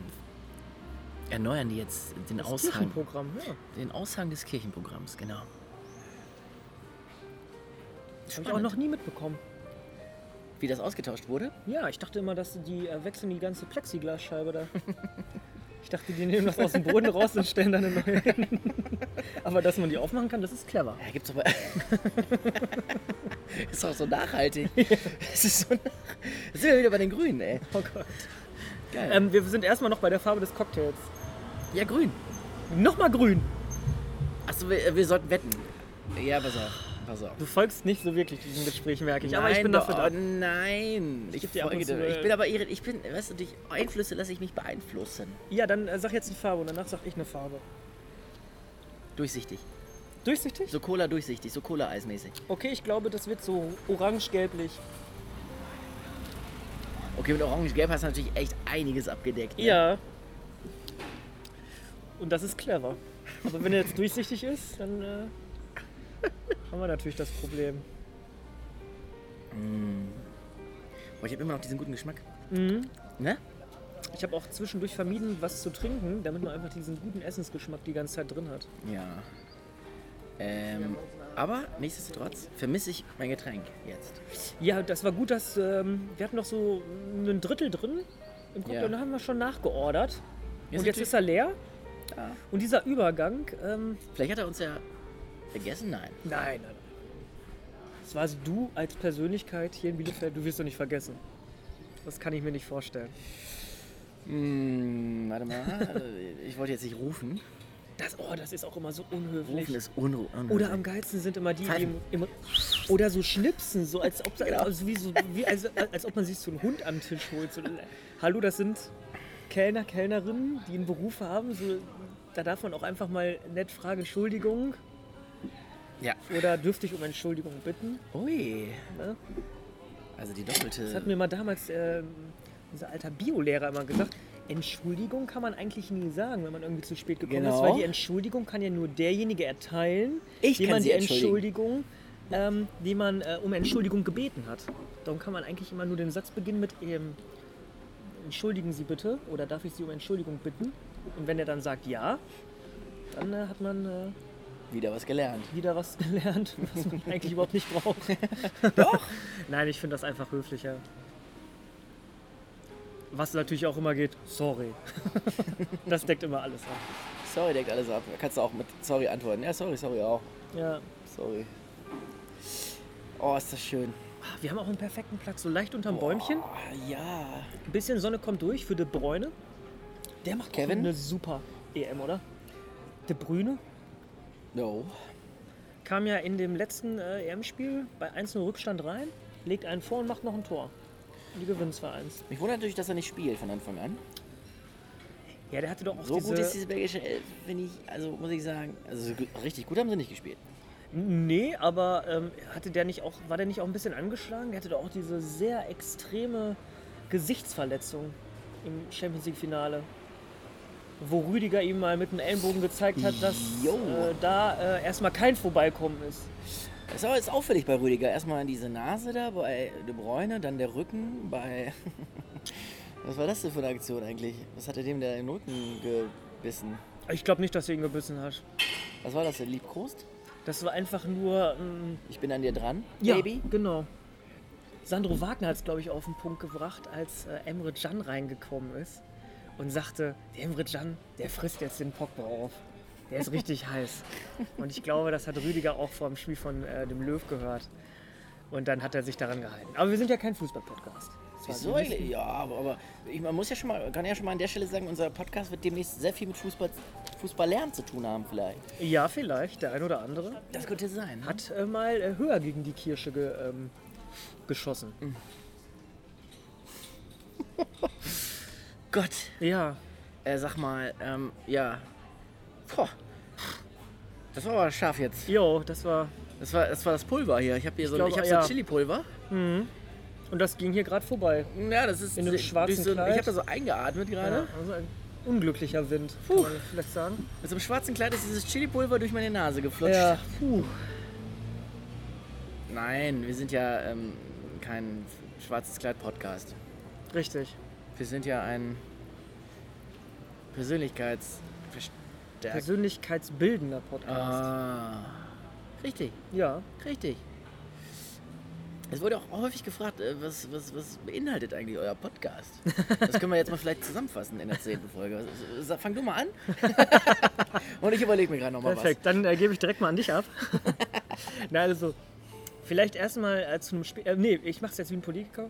[SPEAKER 4] erneuern die jetzt den
[SPEAKER 2] Das
[SPEAKER 4] Aushang.
[SPEAKER 2] Kirchenprogramm, ja.
[SPEAKER 4] Den Aushang des Kirchenprogramms, genau.
[SPEAKER 2] Habe ich auch noch nie mitbekommen.
[SPEAKER 4] Wie das ausgetauscht wurde?
[SPEAKER 2] Ja, ich dachte immer, dass die äh, wechseln die ganze Plexiglasscheibe da. Ich dachte, die nehmen das aus dem Boden raus und stellen dann eine neue hin. Aber dass man die aufmachen kann, das ist clever.
[SPEAKER 4] Ja, gibt's aber. ist auch so nachhaltig. Es ist so nach... Da sind wir wieder bei den Grünen, ey.
[SPEAKER 2] Oh Gott.
[SPEAKER 4] Geil.
[SPEAKER 2] Ähm, wir sind erstmal noch bei der Farbe des Cocktails.
[SPEAKER 4] ja, grün.
[SPEAKER 2] Nochmal grün.
[SPEAKER 4] Achso, wir, wir sollten wetten. Ja, pass auf. Pass auf.
[SPEAKER 2] Du folgst nicht so wirklich diesem Gespräch, merke ich. Aber ich bin
[SPEAKER 4] doch-
[SPEAKER 2] dafür da.
[SPEAKER 4] oh, Nein, ich,
[SPEAKER 2] geb dir ab
[SPEAKER 4] folge
[SPEAKER 2] und zu äh,
[SPEAKER 4] dir. Ich
[SPEAKER 2] eine-
[SPEAKER 4] bin aber irre, ich bin, weißt du, durch Einflüsse lasse ich mich beeinflussen.
[SPEAKER 2] Ja, dann äh, sag jetzt die Farbe und danach sag ich eine Farbe.
[SPEAKER 4] Durchsichtig.
[SPEAKER 2] Durchsichtig?
[SPEAKER 4] So Cola durchsichtig, so Cola-Eismäßig.
[SPEAKER 2] Okay, ich glaube, das wird so orange-gelblich.
[SPEAKER 4] Okay, mit Orange-Gelb hast du natürlich echt einiges abgedeckt. ne?
[SPEAKER 2] Ja. Und das ist clever. Aber wenn er jetzt durchsichtig ist, dann äh, haben wir natürlich das Problem.
[SPEAKER 4] Boah, ich habe immer noch diesen guten Geschmack.
[SPEAKER 2] Mhm.
[SPEAKER 4] Ne?
[SPEAKER 2] Ich habe auch zwischendurch vermieden, was zu trinken, damit man einfach diesen guten Essensgeschmack die ganze Zeit drin hat.
[SPEAKER 4] Ja. Ähm, aber nichtsdestotrotz vermisse ich mein Getränk jetzt.
[SPEAKER 2] Ja, das war gut, dass ähm, wir hatten noch so ein Drittel drin im Cocktail
[SPEAKER 4] Ja.
[SPEAKER 2] und dann haben wir schon nachgeordert.
[SPEAKER 4] Ja,
[SPEAKER 2] und
[SPEAKER 4] ist
[SPEAKER 2] jetzt
[SPEAKER 4] natürlich-
[SPEAKER 2] ist er leer.
[SPEAKER 4] Ja.
[SPEAKER 2] Und dieser Übergang, ähm,
[SPEAKER 4] Vielleicht hat er uns ja vergessen, nein.
[SPEAKER 2] nein, nein, nein. Das war also du als Persönlichkeit hier in Bielefeld, du wirst doch nicht vergessen. Das kann ich mir nicht vorstellen.
[SPEAKER 4] Hm, warte mal. ich wollte jetzt nicht rufen.
[SPEAKER 2] Das, oh, das ist auch immer so
[SPEAKER 4] Rufen
[SPEAKER 2] unhöflich.
[SPEAKER 4] ist Unruhe. Unru
[SPEAKER 2] Oder am geilsten sind immer die, die
[SPEAKER 4] Pfeifen.
[SPEAKER 2] im, im, oder so schnipsen, so als ob, also wie so, wie, als, als ob man sich so einen Hund am Tisch holt. So, hallo, das sind Kellner, Kellnerinnen, die einen Beruf haben. So, da darf man auch einfach mal nett fragen, Entschuldigung
[SPEAKER 4] Ja.
[SPEAKER 2] oder dürfte ich um Entschuldigung bitten.
[SPEAKER 4] Ui.
[SPEAKER 2] Ne?
[SPEAKER 4] Also die doppelte.
[SPEAKER 2] Das hat mir mal damals ähm, unser alter Biolehrer immer gesagt. Entschuldigung kann man eigentlich nie sagen, wenn man irgendwie zu spät gekommen ist,
[SPEAKER 4] Genau.
[SPEAKER 2] weil die Entschuldigung kann ja nur derjenige erteilen,
[SPEAKER 4] Ich
[SPEAKER 2] dem
[SPEAKER 4] kann
[SPEAKER 2] man
[SPEAKER 4] sie
[SPEAKER 2] die Entschuldigung, ähm, dem man äh, um Entschuldigung gebeten hat. Darum kann man eigentlich immer nur den Satz beginnen mit ähm, Entschuldigen Sie bitte oder darf ich Sie um Entschuldigung bitten? Und wenn er dann sagt ja, dann äh, hat man äh,
[SPEAKER 4] Wieder was gelernt.
[SPEAKER 2] wieder was gelernt, was man eigentlich überhaupt nicht braucht. Doch? Nein, ich finde das einfach höflicher. Was natürlich auch immer geht, sorry. das deckt immer alles ab.
[SPEAKER 4] Sorry, deckt alles ab. Kannst du auch mit Sorry antworten. Ja, sorry, sorry auch.
[SPEAKER 2] Ja.
[SPEAKER 4] Sorry. Oh, ist das schön.
[SPEAKER 2] Ah, Wir haben auch einen perfekten Platz, so leicht unterm Bäumchen.
[SPEAKER 4] Ah, ja.
[SPEAKER 2] Ein bisschen Sonne kommt durch für De Bruyne. Der macht
[SPEAKER 4] Kevin?
[SPEAKER 2] Kevin eine super EM, oder? De Bruyne
[SPEAKER 4] No.
[SPEAKER 2] kam ja in dem letzten äh, EM-Spiel bei 1-0 Rückstand rein, legt einen vor und macht noch ein Tor. Und Die gewinnen 2-1.
[SPEAKER 4] Mich wundert natürlich, dass er nicht spielt von Anfang an.
[SPEAKER 2] Ja, der hatte doch auch
[SPEAKER 4] So
[SPEAKER 2] diese...
[SPEAKER 4] gut ist diese belgische Elf, wenn ich, also muss ich sagen, also so gu- richtig gut haben sie nicht gespielt.
[SPEAKER 2] Nee, aber ähm, hatte der nicht auch, war der nicht auch ein bisschen angeschlagen? Der hatte doch auch diese sehr extreme Gesichtsverletzung im Champions League-Finale. Wo Rüdiger ihm mal mit dem Ellenbogen gezeigt hat, dass
[SPEAKER 4] Jo.
[SPEAKER 2] äh, da äh, erstmal kein Vorbeikommen ist.
[SPEAKER 4] Das ist aber jetzt auffällig bei Rüdiger. Erstmal diese Nase da bei De Bruyne, dann der Rücken bei. Was war das denn für eine Aktion eigentlich? Was hat er dem da in den Rücken gebissen?
[SPEAKER 2] Ich glaube nicht, dass er ihn gebissen hat.
[SPEAKER 4] Was war das denn? Liebkost?
[SPEAKER 2] Das war einfach nur. Ähm,
[SPEAKER 4] Ich bin an dir dran,
[SPEAKER 2] ja,
[SPEAKER 4] Baby.
[SPEAKER 2] genau. Sandro Wagner hat es, glaube ich, auf den Punkt gebracht, als äh, Emre Can reingekommen ist und sagte: Der Emre Can, der frisst jetzt den Pogba auf. Der ist richtig heiß. Und ich glaube, das hat Rüdiger auch vor dem Spiel von äh, dem Löw gehört. Und dann hat er sich daran gehalten. Aber wir sind ja kein Fußball-Podcast. Das war
[SPEAKER 4] Wieso
[SPEAKER 2] so
[SPEAKER 4] eigentlich? Ja, aber, aber ich, man muss ja schon mal, kann ja schon mal an der Stelle sagen, unser Podcast wird demnächst sehr viel mit Fußball, Fußball lernen zu tun haben, vielleicht.
[SPEAKER 2] ein- Ja, vielleicht. Der ein oder andere
[SPEAKER 4] Das könnte sein. ne?
[SPEAKER 2] hat äh, mal äh, höher gegen die Kirsche ge, ähm, geschossen.
[SPEAKER 4] Gott.
[SPEAKER 2] Ja,
[SPEAKER 4] Äh, sag mal, ähm, ja. Boah. Das war aber scharf jetzt.
[SPEAKER 2] jo, das war
[SPEAKER 4] Das war das, war das Pulver hier. Ich habe hier so ein-
[SPEAKER 2] glaube,
[SPEAKER 4] ich hab so
[SPEAKER 2] ja.
[SPEAKER 4] ein Chili-Pulver.
[SPEAKER 2] Und das ging hier gerade vorbei.
[SPEAKER 4] Ja, das ist
[SPEAKER 2] In einem
[SPEAKER 4] durch
[SPEAKER 2] schwarzen
[SPEAKER 4] so, ein-
[SPEAKER 2] Kleid.
[SPEAKER 4] Ich habe da so eingeatmet gerade.
[SPEAKER 2] Ja, also ein unglücklicher Wind,
[SPEAKER 4] Puh.
[SPEAKER 2] kann man vielleicht sagen.
[SPEAKER 4] Mit so einem schwarzen Kleid ist dieses Chili-Pulver durch meine Nase geflutscht.
[SPEAKER 2] Ja, puh.
[SPEAKER 4] Nein, wir sind ja ähm, kein schwarzes Kleid-Podcast.
[SPEAKER 2] Richtig.
[SPEAKER 4] Wir sind ja ein Persönlichkeitsverstärker.
[SPEAKER 2] Persönlichkeitsbildender Podcast.
[SPEAKER 4] Ah. Richtig,
[SPEAKER 2] Ja.
[SPEAKER 4] richtig. Es wurde auch häufig gefragt, äh, was, was, was beinhaltet eigentlich euer Podcast? Das können wir jetzt mal vielleicht zusammenfassen in der zehnten Folge. Sa- Fang du mal an. Und ich überlege mir gerade nochmal was.
[SPEAKER 2] Perfekt, dann äh, gebe ich direkt mal an dich ab. Na, also, vielleicht erstmal äh, zu einem Spiel. Äh, nee, ich mache es jetzt wie ein Politiker.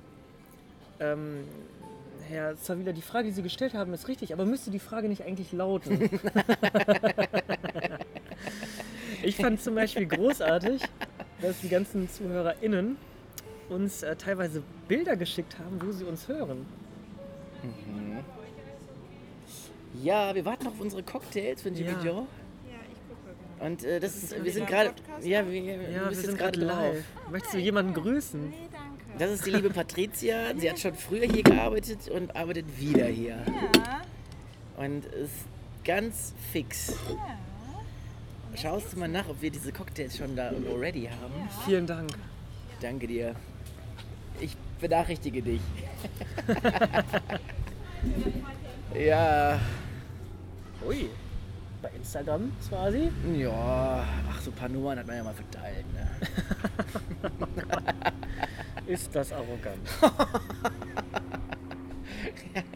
[SPEAKER 2] Ähm, Herr Zavila, die Frage, die Sie gestellt haben, ist richtig, aber müsste die Frage nicht eigentlich lauten? ich fand zum Beispiel großartig, dass die ganzen ZuhörerInnen uns äh, teilweise Bilder geschickt haben, wo sie uns hören.
[SPEAKER 4] Ja, wir warten auf ummere Cocktails von Jimmy
[SPEAKER 2] Ja.
[SPEAKER 4] Joe.
[SPEAKER 5] Ja, ich gucke.
[SPEAKER 4] Und äh, das ist, wir sind
[SPEAKER 5] wieder
[SPEAKER 4] gerade,
[SPEAKER 5] im Podcast
[SPEAKER 4] ja, wir, wir
[SPEAKER 2] Ja, wir
[SPEAKER 4] müssen
[SPEAKER 2] sind
[SPEAKER 4] jetzt gerade
[SPEAKER 2] gerade live.
[SPEAKER 4] live.
[SPEAKER 2] Möchtest du jemanden grüßen?
[SPEAKER 5] Nee, danke.
[SPEAKER 4] Das ist die liebe Patricia. Sie hat schon früher hier gearbeitet und arbeitet wieder hier.
[SPEAKER 5] ja,
[SPEAKER 4] Und ist ganz fix.
[SPEAKER 5] ja.
[SPEAKER 4] Schaust du mal nach, ob wir diese Cocktails schon da und already haben?
[SPEAKER 2] Vielen Dank.
[SPEAKER 4] Danke dir. Ich benachrichtige dich. ja,
[SPEAKER 2] Ui. Bei Instagram quasi.
[SPEAKER 4] ja. Ach, so ein paar Nummern hat man ja mal verteilt. Ne?
[SPEAKER 2] Ist das arrogant.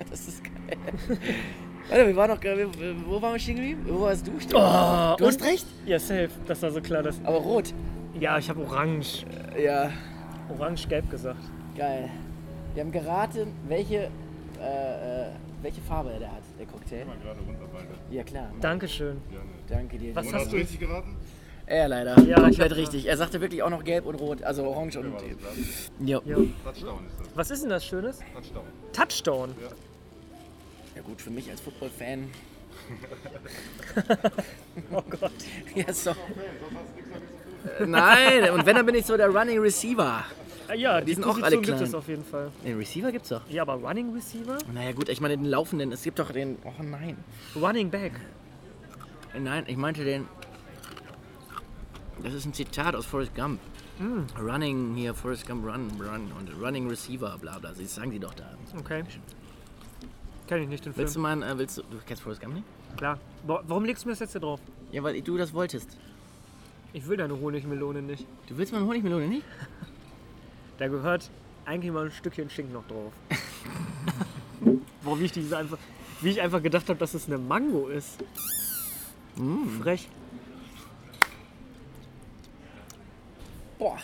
[SPEAKER 4] Das ist geil. Warte, wir waren noch, wir- wo waren wir stehen geblieben? Wo warst du stehen?
[SPEAKER 2] Oh,
[SPEAKER 4] du hast recht,
[SPEAKER 2] Ja, safe. Das war so klar, dass.
[SPEAKER 4] aber rot.
[SPEAKER 2] Ja, ich habe orange.
[SPEAKER 4] Ja,
[SPEAKER 2] Orange-gelb gesagt.
[SPEAKER 4] geil. Wir haben geraten, welche, äh, äh, welche Farbe der hat, der Cocktail.
[SPEAKER 1] Mal gerade runter, beide.
[SPEAKER 4] Ja, klar.
[SPEAKER 2] Dankeschön.
[SPEAKER 1] Gerne.
[SPEAKER 4] Danke dir.
[SPEAKER 2] Was
[SPEAKER 1] Und
[SPEAKER 2] hast
[SPEAKER 1] hast
[SPEAKER 2] du-
[SPEAKER 1] du richtig geraten?
[SPEAKER 4] Er leider.
[SPEAKER 2] Ja,
[SPEAKER 4] Ja,
[SPEAKER 2] ich hab-
[SPEAKER 4] komplett richtig. Er sagte wirklich auch noch gelb und rot, also orange
[SPEAKER 1] Wer
[SPEAKER 4] und.
[SPEAKER 1] war das gerade?
[SPEAKER 4] Ja.
[SPEAKER 2] Ja.
[SPEAKER 1] Touchdown ist das.
[SPEAKER 2] Was ist denn das Schönes?
[SPEAKER 1] Touchdown.
[SPEAKER 2] Touchdown.
[SPEAKER 4] ja, gut, für mich als Football-Fan.
[SPEAKER 2] Oh Gott.
[SPEAKER 4] Ja, so. Äh,
[SPEAKER 1] Sonst hast du nichts damit zu tun.
[SPEAKER 4] Nein, und wenn, dann bin ich so der Running Receiver.
[SPEAKER 2] Ah, Ja, die
[SPEAKER 4] sind auch
[SPEAKER 2] Position
[SPEAKER 4] alle
[SPEAKER 2] gibt es
[SPEAKER 4] klein.
[SPEAKER 2] auf jeden Fall.
[SPEAKER 4] Den Receiver gibt's doch.
[SPEAKER 2] Ja, aber Running Receiver?
[SPEAKER 4] Naja, gut, ich meine den laufenden. Es gibt doch den. Oh nein.
[SPEAKER 2] Running Back.
[SPEAKER 4] Nein, ich meinte den. Das ist ein Zitat aus Forrest Gump. Mm. Running hier, Forrest Gump, run, run und Running Receiver, bla bla. Das sagen die doch da.
[SPEAKER 2] Okay. Kenn ich nicht den Film.
[SPEAKER 4] Willst du mal, äh, willst du, du kennst Forrest Gump nicht?
[SPEAKER 2] Klar. Wa- Warum legst du mir das jetzt hier drauf?
[SPEAKER 4] Ja, weil du das wolltest.
[SPEAKER 2] Ich will deine Honigmelone nicht.
[SPEAKER 4] Du willst meine Honigmelone nicht?
[SPEAKER 2] Da gehört eigentlich mal ein Stückchen Schinken noch drauf. Boah, wie ich diese einfach, wie ich einfach gedacht habe, dass es eine Mango ist. Frech.
[SPEAKER 4] Boah.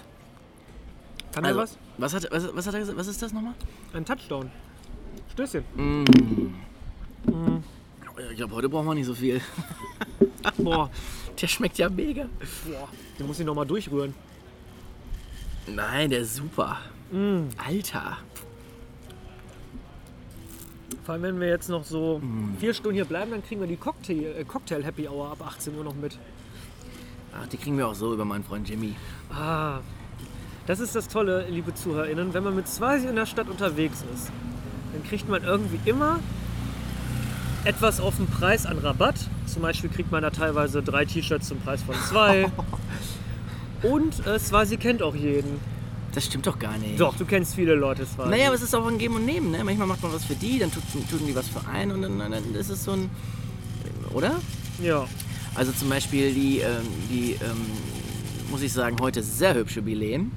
[SPEAKER 2] Kann
[SPEAKER 4] Also,
[SPEAKER 2] er was?
[SPEAKER 4] was hat, was, was hat er gesagt? Was ist das nochmal?
[SPEAKER 2] Ein Touchdown. Stößchen.
[SPEAKER 4] Äh, Ich glaube, heute brauchen wir nicht so viel.
[SPEAKER 2] Boah,
[SPEAKER 4] Der schmeckt ja mega.
[SPEAKER 2] den muss ich nochmal durchrühren.
[SPEAKER 4] Nein, der ist super. Mm. Alter.
[SPEAKER 2] Vor allem, wenn wir jetzt noch so vier Stunden hier bleiben, dann kriegen wir die Cocktail, äh, Cocktail Happy Hour ab 18 Uhr noch mit.
[SPEAKER 4] Ach, Ah, die kriegen wir auch so über meinen Freund Jimmy.
[SPEAKER 2] Ah, das ist das Tolle, liebe ZuhörerInnen, wenn man mit zwei in der Stadt unterwegs ist, dann kriegt man irgendwie immer etwas auf den Preis an Rabatt. Zum Beispiel kriegt man da teilweise drei T-Shirts zum Preis von zwei. Und äh, Swazi kennt auch jeden.
[SPEAKER 4] Das stimmt doch gar nicht.
[SPEAKER 2] Doch, du kennst viele Leute, Swazi.
[SPEAKER 4] Naja, aber es ist auch ein Geben und Nehmen, ne? Manchmal macht man was für die, dann tut, tun die was für einen und dann, dann, dann ist es so ein. Oder?
[SPEAKER 2] ja.
[SPEAKER 4] Also zum Beispiel die, ähm, die ähm, muss ich sagen, heute sehr hübsche Bilen.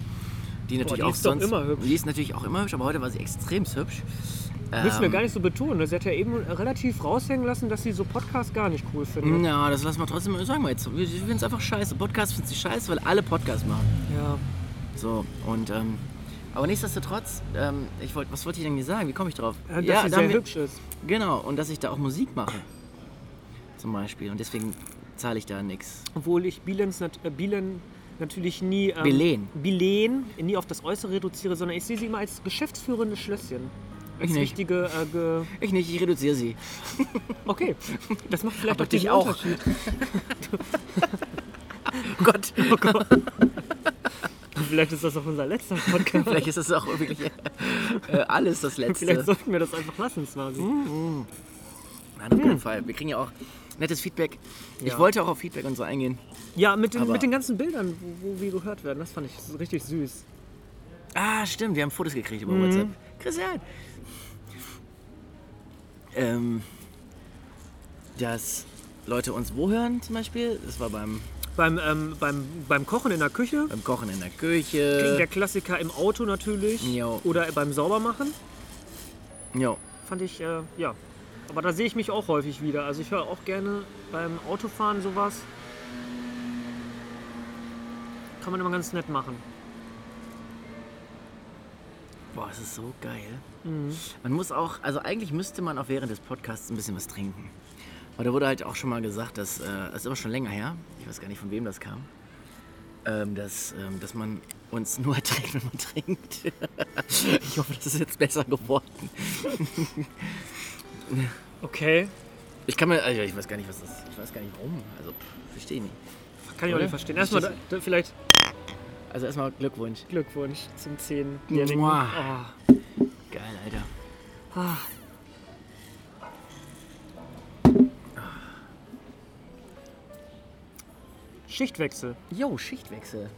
[SPEAKER 4] Die natürlich
[SPEAKER 2] die
[SPEAKER 4] auch
[SPEAKER 2] ist doch
[SPEAKER 4] sonst.
[SPEAKER 2] immer hübsch.
[SPEAKER 4] Die ist natürlich auch immer hübsch, aber heute war sie extrem hübsch.
[SPEAKER 2] Müssen wir gar nicht so betonen. ne? Sie hat ja eben relativ raushängen lassen, dass sie so Podcasts gar nicht cool findet.
[SPEAKER 4] Ja, das lassen wir trotzdem, sagen wir jetzt. Wir finden es einfach scheiße. Podcast finden sie scheiße, weil alle Podcasts machen.
[SPEAKER 2] Ja. Äh,
[SPEAKER 4] So, und, ähm, aber nichtsdestotrotz, ähm, ich wollt, was wollte ich denn hier sagen? Wie komme ich drauf?
[SPEAKER 2] Dass sie
[SPEAKER 4] da haben
[SPEAKER 2] sehr
[SPEAKER 4] wir-
[SPEAKER 2] hübsch ist.
[SPEAKER 4] Genau, und dass ich da auch Musik mache. Zum Beispiel. Und deswegen zahle ich da nichts.
[SPEAKER 2] Obwohl ich Bilens nat äh, Bielen natürlich nie. Ähm,
[SPEAKER 4] Belen.
[SPEAKER 2] Bilen nie auf das Äußere reduziere, sondern ich sehe sie immer als geschäftsführendes Schlösschen. Als
[SPEAKER 4] Ich nicht.
[SPEAKER 2] richtige. Äh, ge
[SPEAKER 4] Ich nicht, ich reduziere sie.
[SPEAKER 2] okay, das macht vielleicht
[SPEAKER 4] Aber
[SPEAKER 2] auch den
[SPEAKER 4] dich auch.
[SPEAKER 2] Unterschied.
[SPEAKER 4] Gott.
[SPEAKER 2] Oh Gott. Oh Vielleicht ist das auch unser letzter Podcast.
[SPEAKER 4] Vielleicht ist das auch wirklich äh, alles das Letzte.
[SPEAKER 2] Vielleicht sollten wir das einfach lassen, Swazi.
[SPEAKER 4] Nein, auf keinen Fall. Wir kriegen ja auch nettes Feedback. Ich
[SPEAKER 2] Ja.
[SPEAKER 4] wollte auch auf Feedback und so eingehen.
[SPEAKER 2] Ja, mit den,
[SPEAKER 4] Aber-
[SPEAKER 2] mit den ganzen Bildern, wo, wo wir gehört werden, das fand ich richtig süß.
[SPEAKER 4] Ah, stimmt, wir haben Fotos gekriegt
[SPEAKER 2] Mhm.
[SPEAKER 4] über WhatsApp. Christian! Ähm, dass Leute uns wo hören zum Beispiel? Das war beim,
[SPEAKER 2] Beim, ähm, beim, beim Kochen in der Küche,
[SPEAKER 4] beim Kochen in der Küche.
[SPEAKER 2] der Klassiker im Auto natürlich
[SPEAKER 4] Äh. Jo.
[SPEAKER 2] oder beim Saubermachen,
[SPEAKER 4] Jo.
[SPEAKER 2] fand ich, äh, ja. Aber da sehe ich mich auch häufig wieder. Also ich höre auch gerne beim Autofahren sowas. Kann man immer ganz nett machen.
[SPEAKER 4] Boah, es ist so geil.
[SPEAKER 2] Mhm.
[SPEAKER 4] Man muss auch, also eigentlich müsste man auch während des Podcasts ein bisschen was trinken. Aber da wurde halt auch schon mal gesagt, dass, äh, das ist aber schon länger her, ich weiß gar nicht, von wem das kam, ähm, dass, ähm, dass man uns nur erträgt, wenn man trinkt. ich hoffe, das ist jetzt besser geworden.
[SPEAKER 2] Okay,
[SPEAKER 4] Ich kann mir, also ich weiß gar nicht, was das, ich weiß gar nicht warum. Also, pff, verstehe ich nicht.
[SPEAKER 2] kann ich auch
[SPEAKER 4] Oder?
[SPEAKER 2] nicht verstehen. Erstmal da, da vielleicht
[SPEAKER 4] Also erstmal Glückwunsch.
[SPEAKER 2] Glückwunsch zum Ah, 10.
[SPEAKER 4] Mua. Geil, Alter.
[SPEAKER 2] Schichtwechsel.
[SPEAKER 4] Jo, Schichtwechsel.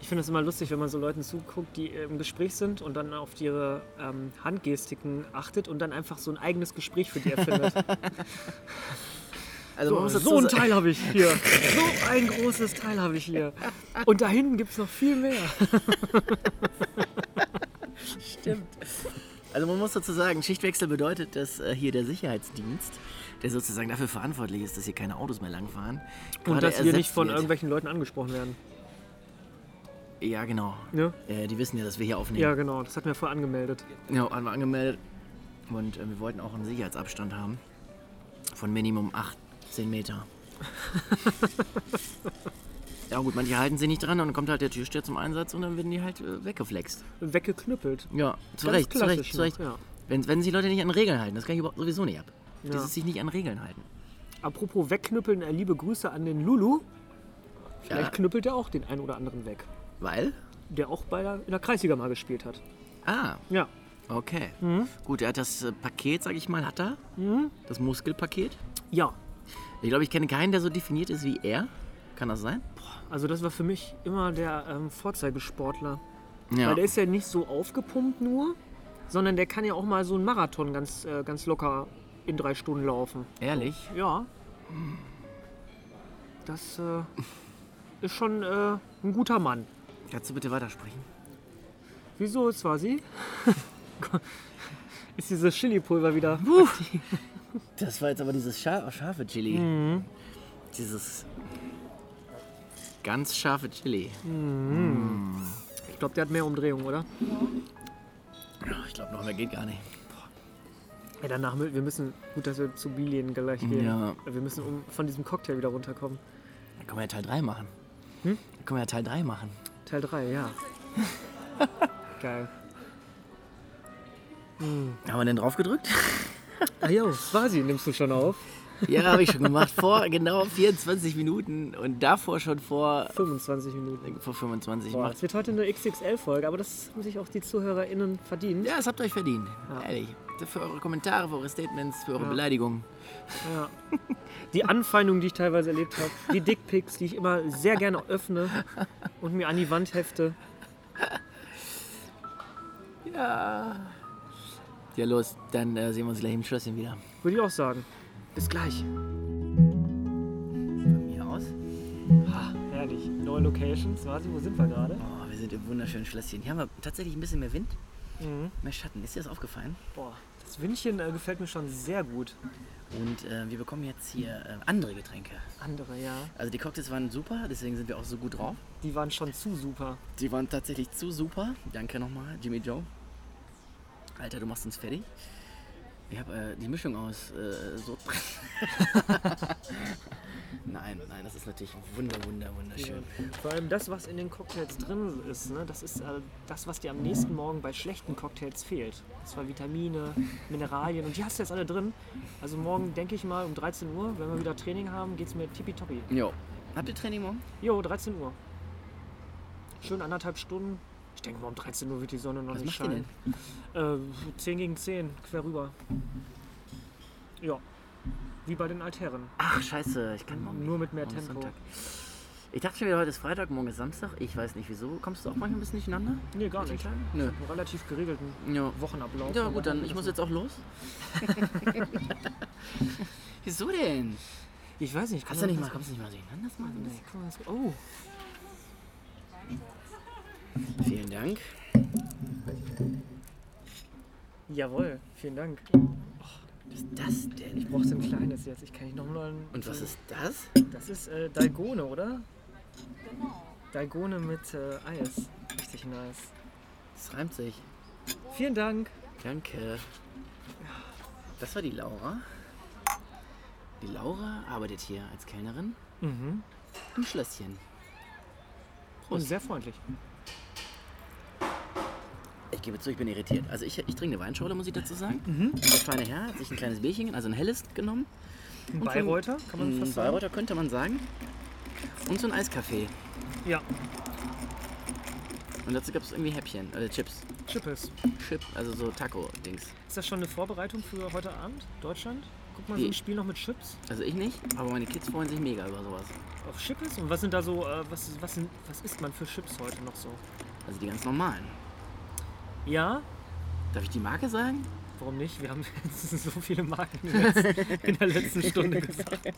[SPEAKER 2] Ich finde es immer lustig, wenn man so Leuten zuguckt, die äh, im Gespräch sind und dann auf ihre ähm, Handgestiken achtet und dann einfach so ein eigenes Gespräch für die erfindet.
[SPEAKER 4] Also
[SPEAKER 2] so,
[SPEAKER 4] man muss dazu
[SPEAKER 2] so ein
[SPEAKER 4] sa-
[SPEAKER 2] Teil habe ich hier. So ein großes Teil habe ich hier. Und da hinten gibt es noch viel mehr.
[SPEAKER 4] Stimmt. Also man muss dazu sagen, Schichtwechsel bedeutet, dass äh, hier der Sicherheitsdienst, der sozusagen dafür verantwortlich ist, dass hier keine Autos mehr langfahren,
[SPEAKER 2] Und
[SPEAKER 4] gerade
[SPEAKER 2] dass wir
[SPEAKER 4] ersetzt
[SPEAKER 2] nicht von
[SPEAKER 4] wird.
[SPEAKER 2] irgendwelchen Leuten angesprochen werden.
[SPEAKER 4] Ja, genau.
[SPEAKER 2] Ne?
[SPEAKER 4] Äh, die wissen ja, dass wir hier aufnehmen.
[SPEAKER 2] Ja, genau. Das hat mir vorher angemeldet.
[SPEAKER 4] Ja, haben wir angemeldet. Und äh, wir wollten auch einen Sicherheitsabstand haben von Minimum 18 Meter. ja gut, manche halten sich nicht dran und dann kommt halt der Türsteher zum Einsatz und dann werden die halt äh, weggeflext.
[SPEAKER 2] Weggeknüppelt.
[SPEAKER 4] Ja, zu
[SPEAKER 2] Ganz
[SPEAKER 4] Recht, zu
[SPEAKER 2] klassisch
[SPEAKER 4] Recht, zu
[SPEAKER 2] noch,
[SPEAKER 4] Recht.
[SPEAKER 2] Ja.
[SPEAKER 4] Wenn, wenn sich Leute nicht an Regeln halten, das kann ich überhaupt sowieso nicht ab.
[SPEAKER 2] Ja.
[SPEAKER 4] Dieses sich nicht an Regeln halten.
[SPEAKER 2] Apropos wegknüppeln, äh, liebe Grüße an den Lulu. Vielleicht
[SPEAKER 4] Ja.
[SPEAKER 2] knüppelt er auch den einen oder anderen weg,
[SPEAKER 4] Weil?
[SPEAKER 2] der auch bei der, in der Kreisliga mal gespielt hat.
[SPEAKER 4] Ah,
[SPEAKER 2] Ja,
[SPEAKER 4] okay. Gut, er hat das äh, Paket, sag ich mal, hat er. Das Muskelpaket.
[SPEAKER 2] ja,
[SPEAKER 4] Ich glaube, ich kenne keinen, der so definiert ist wie er. Kann das sein?
[SPEAKER 2] Also das war für mich immer der ähm, Vorzeigesportler.
[SPEAKER 4] Ja.
[SPEAKER 2] Weil der ist ja nicht so aufgepumpt nur, sondern der kann ja auch mal so einen Marathon ganz, äh, ganz locker in drei Stunden laufen.
[SPEAKER 4] Ehrlich?
[SPEAKER 2] Ja. Das äh, ist schon äh, ein guter Mann.
[SPEAKER 4] Kannst du bitte weitersprechen?
[SPEAKER 2] Wieso, Swazi? ist dieses Chili-Pulver wieder...
[SPEAKER 4] Das war jetzt aber dieses scha scharfe Chili. Mhm. Hm. Dieses ganz scharfe Chili.
[SPEAKER 2] Ich glaube, der hat mehr Umdrehungen, oder?
[SPEAKER 4] Ach, Ich glaube, noch mehr geht gar nicht.
[SPEAKER 2] Ja, danach, mü- wir müssen... Gut, dass wir zu Bilien gleich gehen.
[SPEAKER 4] Ja.
[SPEAKER 2] Wir müssen um, von diesem Cocktail wieder runterkommen.
[SPEAKER 4] Dann können wir ja Teil 3 machen. Dann können wir ja Teil 3 machen.
[SPEAKER 2] Teil 3, ja. Geil.
[SPEAKER 4] Haben wir denn drauf gedrückt?
[SPEAKER 2] Ah jo, Swasi nimmst du schon auf.
[SPEAKER 4] ja, habe ich schon gemacht. Vor genau 24 Minuten und davor schon vor,
[SPEAKER 2] 25 Minuten.
[SPEAKER 4] vor 25
[SPEAKER 2] Boah,
[SPEAKER 4] Mal.
[SPEAKER 2] es wird heute eine XXL-Folge, aber das haben sich auch die ZuhörerInnen verdient.
[SPEAKER 4] Ja, das habt ihr euch verdient. Ehrlich. Für eure Kommentare, für eure Statements, für eure Beleidigungen.
[SPEAKER 2] Ja. Die Anfeindungen, die ich teilweise erlebt habe, die Dickpics, die ich immer sehr gerne öffne und mir an die Wand hefte.
[SPEAKER 4] Ja. Ja, los. Dann äh, sehen wir uns gleich im Schlösschen wieder.
[SPEAKER 2] Würde ich auch sagen. Bis gleich.
[SPEAKER 4] Von mir aus.
[SPEAKER 2] Herrlich. Neue Location. Swasi, wo sind wir gerade?
[SPEAKER 4] Oh, wir sind im wunderschönen Schlösschen. Hier haben wir tatsächlich ein bisschen mehr Wind, mehr Schatten. Ist dir das aufgefallen?
[SPEAKER 2] Boah, das Windchen äh, gefällt mir schon sehr gut.
[SPEAKER 4] Und äh, wir bekommen jetzt hier äh, andere Getränke.
[SPEAKER 2] Andere, ja.
[SPEAKER 4] Also die Cocktails waren super, deswegen sind wir auch so gut drauf.
[SPEAKER 2] Die waren schon zu super.
[SPEAKER 4] Die waren tatsächlich zu super. Danke nochmal, Jimmy Joe. Alter, du machst uns fertig. Ich habe äh, die Mischung aus äh, so. nein, nein, das ist natürlich wunder, wunder, wunderschön.
[SPEAKER 2] Vor allem das, was in den Cocktails drin ist, ne, das ist äh, das, was dir am nächsten Morgen bei schlechten Cocktails fehlt. Das war Vitamine, Mineralien und die hast du jetzt alle drin. Also morgen denke ich mal um 13 Uhr, wenn wir wieder Training haben, geht's mir tippitoppi.
[SPEAKER 4] Jo. Habt ihr Training morgen?
[SPEAKER 2] Jo, 13 Uhr. Schön anderthalb Stunden. Ich denke mal um 13 Uhr wird die Sonne noch
[SPEAKER 4] Was
[SPEAKER 2] nicht
[SPEAKER 4] macht ihr
[SPEAKER 2] scheinen. Äh, 10 gegen 10, quer rüber. Ja. Wie bei den Altherren.
[SPEAKER 4] Ach, scheiße, ich kann morgen.
[SPEAKER 2] Nur
[SPEAKER 4] nicht.
[SPEAKER 2] mit mehr
[SPEAKER 4] Morgen ist
[SPEAKER 2] Tempo.
[SPEAKER 4] Sonntag. Ich dachte schon wieder, heute ist Freitag, morgen ist Samstag. Ich weiß nicht wieso. Kommst du auch manchmal ein bisschen durcheinander?
[SPEAKER 2] Nee, gar nicht.
[SPEAKER 4] Nö.
[SPEAKER 2] Einen relativ geregelten
[SPEAKER 4] Ja.
[SPEAKER 2] Wochenablauf.
[SPEAKER 4] Ja, gut, dann ich muss jetzt auch los. wieso denn?
[SPEAKER 2] Ich weiß nicht.
[SPEAKER 4] Kannst du nicht mal, kommst du nicht mal durcheinander das machen?
[SPEAKER 2] Nee, guck mal, das- Oh,
[SPEAKER 4] Vielen Dank.
[SPEAKER 2] jawohl. Vielen Dank.
[SPEAKER 4] Was ist das denn?
[SPEAKER 2] Ich brauche so ein kleines jetzt. Ich kann nicht nochmal ein.
[SPEAKER 4] Und was ist das?
[SPEAKER 2] Das ist äh, Dalgone, oder? Genau. Dalgone mit äh, Eis. Richtig nice.
[SPEAKER 4] Das reimt sich.
[SPEAKER 2] Vielen Dank.
[SPEAKER 4] Danke. Das war die Laura. Die Laura arbeitet hier als Kellnerin
[SPEAKER 2] Mhm.
[SPEAKER 4] im Schlösschen.
[SPEAKER 2] Und
[SPEAKER 4] Prost.
[SPEAKER 2] Oh, sehr freundlich.
[SPEAKER 4] Ich gebe zu, ich bin irritiert. Also ich, ich trinke eine Weinschorle, muss ich dazu sagen. Und Der feine Herr hat sich ein kleines Bierchen, also ein helles genommen.
[SPEAKER 2] Ein
[SPEAKER 4] Und so ein-
[SPEAKER 2] Bayreuther, kann man
[SPEAKER 4] Ein
[SPEAKER 2] fast sagen.
[SPEAKER 4] Bayreuther könnte man sagen. Und so ein Eiskaffee.
[SPEAKER 2] Ja,
[SPEAKER 4] Und dazu gab es irgendwie Häppchen, äh, Chips.
[SPEAKER 2] Chippes.
[SPEAKER 4] Chip, also so Taco-Dings.
[SPEAKER 2] Ist das schon eine Vorbereitung für heute Abend? Deutschland? Guck mal, so
[SPEAKER 4] Wie?
[SPEAKER 2] ein Spiel noch mit Chips.
[SPEAKER 4] Also ich nicht, aber meine Kids freuen sich mega über sowas.
[SPEAKER 2] Auf Chippes? Und was sind da so, äh, was, was, sind, was isst man für Chips heute noch so?
[SPEAKER 4] Also die ganz normalen.
[SPEAKER 2] Ja,
[SPEAKER 4] Darf ich die Marke sagen?
[SPEAKER 2] warum nicht? Wir haben jetzt so viele Marken in der letzten, in der letzten Stunde gesagt.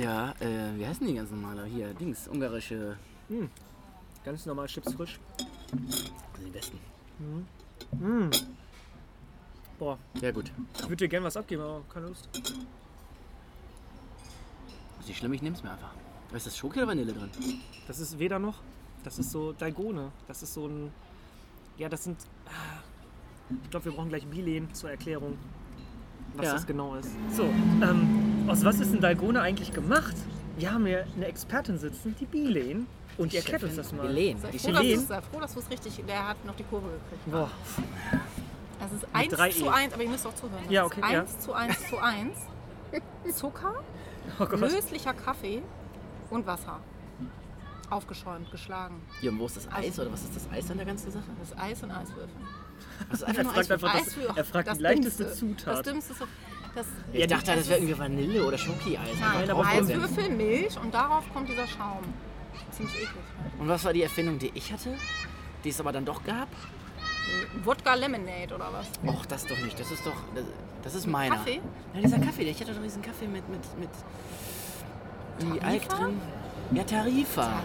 [SPEAKER 4] Ja, äh, wie heißen die ganz normale? Hier, Dings, ungarische.
[SPEAKER 2] Ganz normal Chips frisch.
[SPEAKER 4] Also die besten.
[SPEAKER 2] Boah,
[SPEAKER 4] Ja, gut.
[SPEAKER 2] ich würde dir gerne was abgeben, aber keine Lust.
[SPEAKER 4] Ist nicht schlimm, ich nehm's mir einfach. Aber Ist das Schoki oder Vanille drin?
[SPEAKER 2] Das ist weder noch. Das ist so Dalgone. Das ist so ein. Ja, das sind. ah, Ich glaube, wir brauchen gleich Bilen zur Erklärung, was
[SPEAKER 4] Ja.
[SPEAKER 2] das genau ist. So, ähm, aus was ist ein Dalgone eigentlich gemacht? Wir haben hier eine Expertin sitzen, die Bilen. Und ihr erklärt uns das mal.
[SPEAKER 4] Belen.
[SPEAKER 5] Sei
[SPEAKER 4] Ich
[SPEAKER 5] froh, dass
[SPEAKER 2] Gelee.
[SPEAKER 5] du's- sei froh, dass du es richtig, der hat noch die Kurve gekriegt.
[SPEAKER 2] Boah,
[SPEAKER 5] Das ist 1
[SPEAKER 2] drei
[SPEAKER 5] zu
[SPEAKER 2] E.
[SPEAKER 5] 1, aber ihr müsst auch zuhören. Das
[SPEAKER 2] Ja,
[SPEAKER 5] ist
[SPEAKER 2] okay,
[SPEAKER 5] 1 zu 1 zu 1. Zucker,
[SPEAKER 2] oh Gott.
[SPEAKER 5] löslicher Kaffee und Wasser. Aufgeschäumt, geschlagen.
[SPEAKER 4] Ja, und wo ist das Eis oder was ist das Eis an der ganzen Sache?
[SPEAKER 5] Das ist Eis und Eiswürfel.
[SPEAKER 4] Das ist
[SPEAKER 2] Er
[SPEAKER 4] einfach nur
[SPEAKER 2] fragt
[SPEAKER 4] Eis.
[SPEAKER 2] einfach das,
[SPEAKER 5] Eiswürfel,
[SPEAKER 2] er fragt die
[SPEAKER 5] das
[SPEAKER 2] leichteste
[SPEAKER 5] Dümmste. Das
[SPEAKER 2] Zutat.
[SPEAKER 5] Dümmste ist doch. Das,
[SPEAKER 4] Ich dachte, das wäre irgendwie Vanille oder Schoki-Eis.
[SPEAKER 5] nein,
[SPEAKER 4] Einfach
[SPEAKER 2] aber warum
[SPEAKER 4] draufgesetzt.
[SPEAKER 5] Eiswürfel, Milch und darauf kommt dieser Schaum. Ziemlich eklig.
[SPEAKER 4] Und was war die Erfindung, die ich hatte? Die es aber dann doch gab?
[SPEAKER 5] Wodka Lemonade oder was?
[SPEAKER 4] Och, das doch nicht. Das ist doch. Das, das ist meiner.
[SPEAKER 5] Kaffee?
[SPEAKER 4] Nein, dieser Kaffee. der- Ich hatte doch diesen Kaffee mit. mit, mit irgendwie Alk drin. Ja, Tarifa.
[SPEAKER 5] Tarifa.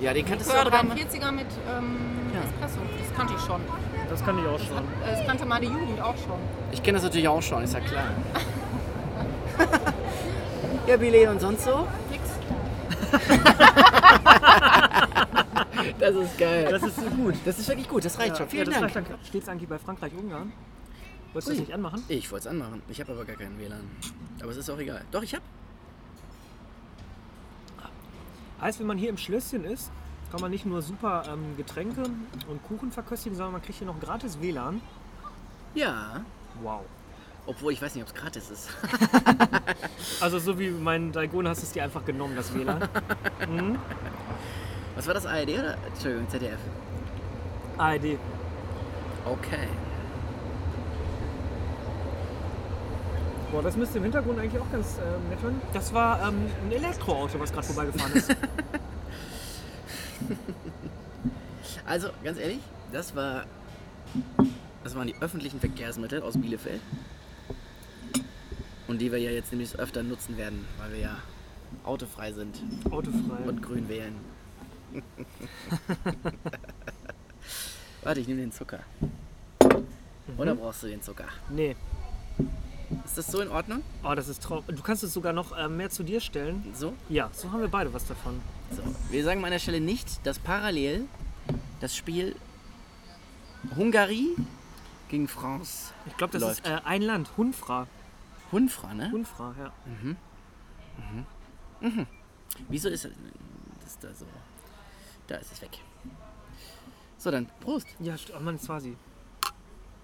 [SPEAKER 4] Ja, den kanntest du
[SPEAKER 5] Oder
[SPEAKER 4] aber
[SPEAKER 5] ein
[SPEAKER 4] dann.
[SPEAKER 5] 40er mit ähm,
[SPEAKER 4] Ja.
[SPEAKER 5] Espresso. Das kannte ich schon.
[SPEAKER 2] Das kann ich auch schon.
[SPEAKER 5] Äh, Das kannte meine Jugend auch schon.
[SPEAKER 4] Ich kenne das natürlich auch schon, ist ja klar. ja, Billet und sonst so?
[SPEAKER 5] Nix.
[SPEAKER 4] Das ist geil.
[SPEAKER 2] Das ist so gut.
[SPEAKER 4] Das ist wirklich gut, das reicht schon. Vielen
[SPEAKER 2] ja, das
[SPEAKER 4] Dank.
[SPEAKER 2] reicht, danke. Steht's eigentlich bei Frankreich-Ungarn? Wolltest du
[SPEAKER 4] Ui.
[SPEAKER 2] das nicht anmachen?
[SPEAKER 4] Ich wollte es anmachen. Ich habe aber gar keinen WLAN. Aber es ist auch egal. Doch, ich habe.
[SPEAKER 2] Heißt, wenn man hier im Schlösschen ist, kann man nicht nur super ähm, Getränke und Kuchen verköstigen, sondern man kriegt hier noch gratis WLAN.
[SPEAKER 4] Ja.
[SPEAKER 2] Wow.
[SPEAKER 4] Obwohl, ich weiß nicht, ob es gratis ist.
[SPEAKER 2] Also so wie mein Daigon hast du es dir einfach genommen, das WLAN. mhm.
[SPEAKER 4] Was war das ARD oder? Entschuldigung, ZDF.
[SPEAKER 2] ARD.
[SPEAKER 4] Okay.
[SPEAKER 2] Boah, das müsste im Hintergrund eigentlich auch ganz
[SPEAKER 4] äh,
[SPEAKER 2] ähm, nett werden. Das war ähm, ein Elektroauto, was gerade vorbeigefahren ist.
[SPEAKER 4] Also, ganz ehrlich, das war. Das waren die öffentlichen Verkehrsmittel aus Bielefeld. Und die wir ja jetzt nämlich öfter nutzen werden, weil wir ja autofrei sind
[SPEAKER 2] Autofrei.
[SPEAKER 4] und grün wählen. Warte, ich nehme den Zucker. Oder brauchst du den Zucker?
[SPEAKER 2] Nee.
[SPEAKER 4] Ist das so in Ordnung?
[SPEAKER 2] Oh, das ist traurig. Du kannst es sogar noch ähm, mehr zu dir stellen.
[SPEAKER 4] So?
[SPEAKER 2] Ja, so haben wir beide was davon.
[SPEAKER 4] So, wir sagen mal an der Stelle nicht, dass parallel das Spiel Hungarie gegen France.
[SPEAKER 2] Ich glaube, das ist äh, ein Land, Hunfra.
[SPEAKER 4] Hunfra, ne?
[SPEAKER 2] Hunfra, ja.
[SPEAKER 4] Wieso ist das da so? Da ist es weg. So, dann Prost.
[SPEAKER 2] Ja, st- oh Mann, Swazi.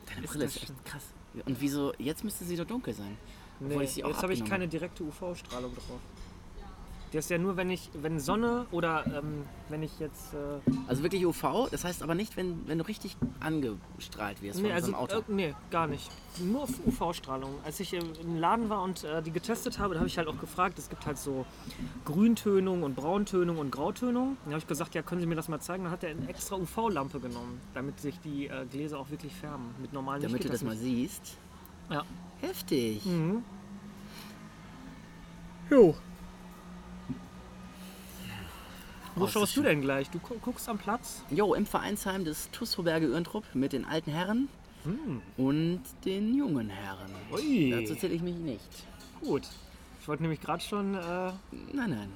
[SPEAKER 4] Deine
[SPEAKER 2] Ist
[SPEAKER 4] Brille
[SPEAKER 2] das
[SPEAKER 4] ist echt
[SPEAKER 2] schön.
[SPEAKER 4] krass. Und wieso? Jetzt müsste sie doch dunkel sein.
[SPEAKER 2] Nee,
[SPEAKER 4] Obwohl ich sie auch
[SPEAKER 2] jetzt habe ich
[SPEAKER 4] abgenommen
[SPEAKER 2] keine direkte UV-Strahlung drauf. Der ist ja nur, wenn ich, wenn Sonne oder ähm, wenn ich jetzt. Äh,
[SPEAKER 4] Also wirklich UV, das heißt aber nicht, wenn, wenn du richtig angestrahlt wirst
[SPEAKER 2] nee,
[SPEAKER 4] von
[SPEAKER 2] also,
[SPEAKER 4] so einem Auto.
[SPEAKER 2] äh, nee, gar nicht. Nur auf UV-Strahlung. Als ich äh, im Laden war und äh, die getestet habe, da habe ich halt auch gefragt, es gibt halt so Grüntönung und Brauntöhnung und Grautönung. Dann habe ich gesagt, ja, können Sie mir das mal zeigen? Dann hat er eine extra UV-Lampe genommen, damit sich die äh, Gläser auch wirklich färben. Mit normalen
[SPEAKER 4] Damit
[SPEAKER 2] Licht
[SPEAKER 4] du
[SPEAKER 2] geht
[SPEAKER 4] das mal
[SPEAKER 2] nicht.
[SPEAKER 4] siehst.
[SPEAKER 2] Ja.
[SPEAKER 4] Heftig.
[SPEAKER 2] Mhm.
[SPEAKER 4] Jo.
[SPEAKER 2] Wo
[SPEAKER 4] Oh, es
[SPEAKER 2] schaust
[SPEAKER 4] ist
[SPEAKER 2] du
[SPEAKER 4] schön.
[SPEAKER 2] denn gleich? Du gu- guckst am Platz?
[SPEAKER 4] Jo, im Vereinsheim des Tussoberge Öhntrupp mit den alten Herren Mhm. und den jungen Herren.
[SPEAKER 2] Ui.
[SPEAKER 4] Dazu zähle ich mich nicht.
[SPEAKER 2] Gut. Ich wollte nämlich gerade schon. Äh,
[SPEAKER 4] Nein, nein.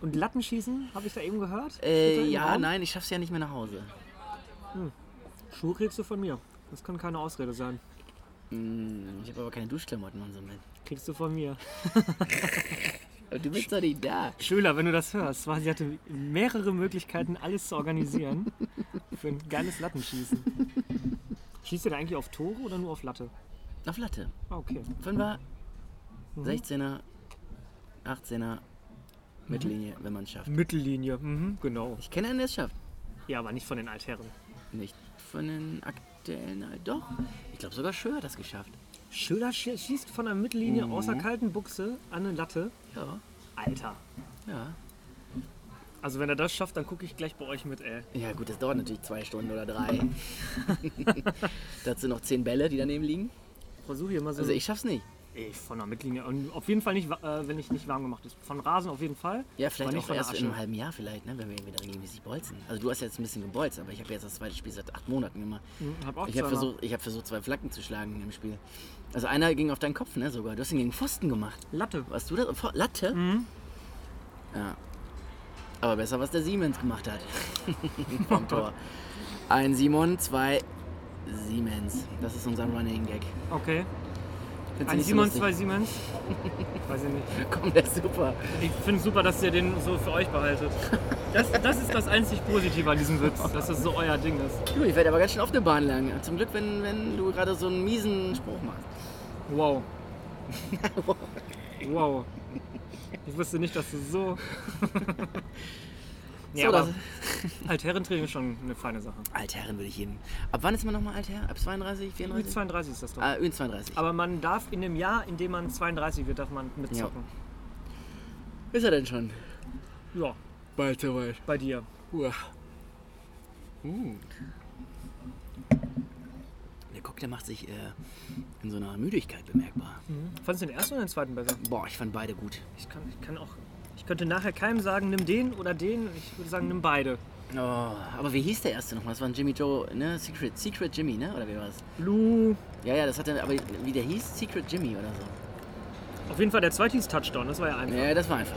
[SPEAKER 2] und Lattenschießen, habe ich da eben gehört? Steht da
[SPEAKER 4] Äh,
[SPEAKER 2] im
[SPEAKER 4] ja,
[SPEAKER 2] Raum?
[SPEAKER 4] nein, ich schaff's ja nicht mehr nach Hause.
[SPEAKER 2] Schuhe kriegst du von mir. Das kann keine Ausrede sein.
[SPEAKER 4] Hm, Ich habe aber keine Duschklamotten und so mit.
[SPEAKER 2] Kriegst du von mir.
[SPEAKER 4] Aber Äh, du bist doch nicht da.
[SPEAKER 2] Schöler, wenn du das hörst, war, sie hatte mehrere Möglichkeiten, alles zu organisieren für ein geiles Lattenschießen. Schießt ihr da eigentlich auf Tore oder nur auf Latte?
[SPEAKER 4] Auf Latte.
[SPEAKER 2] Ah, okay.
[SPEAKER 4] Fünfer,
[SPEAKER 2] Mhm.
[SPEAKER 4] 16er, 18er,
[SPEAKER 2] Mhm.
[SPEAKER 4] Mittellinie, wenn man es schafft.
[SPEAKER 2] Mittellinie, mhm, genau.
[SPEAKER 4] Ich kenne einen, der es schafft.
[SPEAKER 2] Ja, aber nicht von den Altherren.
[SPEAKER 4] Nicht von den aktuellen, äh, doch. Ich glaube sogar Schö hat das geschafft.
[SPEAKER 2] Schöler schie- schießt von der
[SPEAKER 4] Mhm.
[SPEAKER 2] Mittellinie aus der kalten Buchse an eine Latte.
[SPEAKER 4] Ja,
[SPEAKER 2] Alter.
[SPEAKER 4] ja.
[SPEAKER 2] Also wenn er das schafft, dann gucke ich gleich bei euch mit, ey.
[SPEAKER 4] Ja gut, das dauert natürlich zwei Stunden oder drei. Dazu noch zehn Bälle, die daneben liegen.
[SPEAKER 2] Versuche hier mal so.
[SPEAKER 4] Also ich schaff's nicht.
[SPEAKER 2] Ey, von der Mittellinie. Und auf jeden Fall nicht, wa- äh, wenn ich nicht warm gemacht ist. Von Rasen auf jeden Fall.
[SPEAKER 4] Ja,
[SPEAKER 2] aber
[SPEAKER 4] vielleicht
[SPEAKER 2] nicht
[SPEAKER 4] auch
[SPEAKER 2] von der
[SPEAKER 4] erst in einem
[SPEAKER 2] Asche.
[SPEAKER 4] halben Jahr vielleicht, ne, wenn wir wieder regelmäßig bolzen. Also du hast jetzt ein bisschen gebolzt, aber ich habe jetzt das zweite Spiel seit acht Monaten gemacht.
[SPEAKER 2] Mhm, hab auch
[SPEAKER 4] Ich habe
[SPEAKER 2] zweimal.
[SPEAKER 4] versucht, ich hab versucht, zwei Flanken zu schlagen im Spiel. Also einer ging auf deinen Kopf, ne, sogar. Du hast ihn gegen Pfosten gemacht.
[SPEAKER 2] Latte.
[SPEAKER 4] Warst du das? Vor- Latte?
[SPEAKER 2] Mhm.
[SPEAKER 4] Ja. Aber besser, was der Siemens gemacht hat. Vom Tor. Ein Simon, zwei Siemens. Das ist unser Running Gag.
[SPEAKER 2] Okay.
[SPEAKER 4] Findest du
[SPEAKER 2] Ein
[SPEAKER 4] nicht so
[SPEAKER 2] Simon,
[SPEAKER 4] lustig?
[SPEAKER 2] zwei Siemens. Weiß ich nicht.
[SPEAKER 4] Komm, der ist super.
[SPEAKER 2] Ich finde es super, dass ihr den so für euch behaltet. Das, das ist das einzig Positive an diesem Witz, dass das so euer Ding ist.
[SPEAKER 4] Du, ich werde aber ganz schön auf der Bahn lang. Zum Glück, wenn, wenn du gerade so einen miesen Spruch machst.
[SPEAKER 2] Wow. Wow. Ich wusste nicht, dass du so. nee,
[SPEAKER 4] So,
[SPEAKER 2] aber
[SPEAKER 4] das-
[SPEAKER 2] Altherrentraining ist schon eine feine Sache.
[SPEAKER 4] Altherren würde ich jedem. Ab wann ist man nochmal Altherr? Ab 32, 34?
[SPEAKER 2] Ü32 ist das doch.
[SPEAKER 4] Ah, Ü 32.
[SPEAKER 2] Aber man darf in dem Jahr, in dem man 32 wird, darf man mitzocken.
[SPEAKER 4] ist er denn schon?
[SPEAKER 2] Ja,
[SPEAKER 4] Bald soweit.
[SPEAKER 2] bei dir.
[SPEAKER 4] Uah. Uh. Der Cocktail macht sich äh, in so einer Müdigkeit bemerkbar.
[SPEAKER 2] Fandest du den ersten oder den zweiten besser?
[SPEAKER 4] Boah, ich fand beide gut.
[SPEAKER 2] Ich kann, ich kann auch. Ich könnte nachher keinem sagen, nimm den oder den. Ich würde sagen, nimm beide.
[SPEAKER 4] Oh, aber wie hieß der erste nochmal? Das war ein Jimmy Joe, ne? Secret, Secret Jimmy, ne? Oder wie war das?
[SPEAKER 2] Lu.
[SPEAKER 4] Ja, ja, das hatte, aber wie der hieß? Secret Jimmy oder so.
[SPEAKER 2] Auf jeden Fall der zweite hieß Touchdown, das war ja einfach.
[SPEAKER 4] Ja, das war einfach.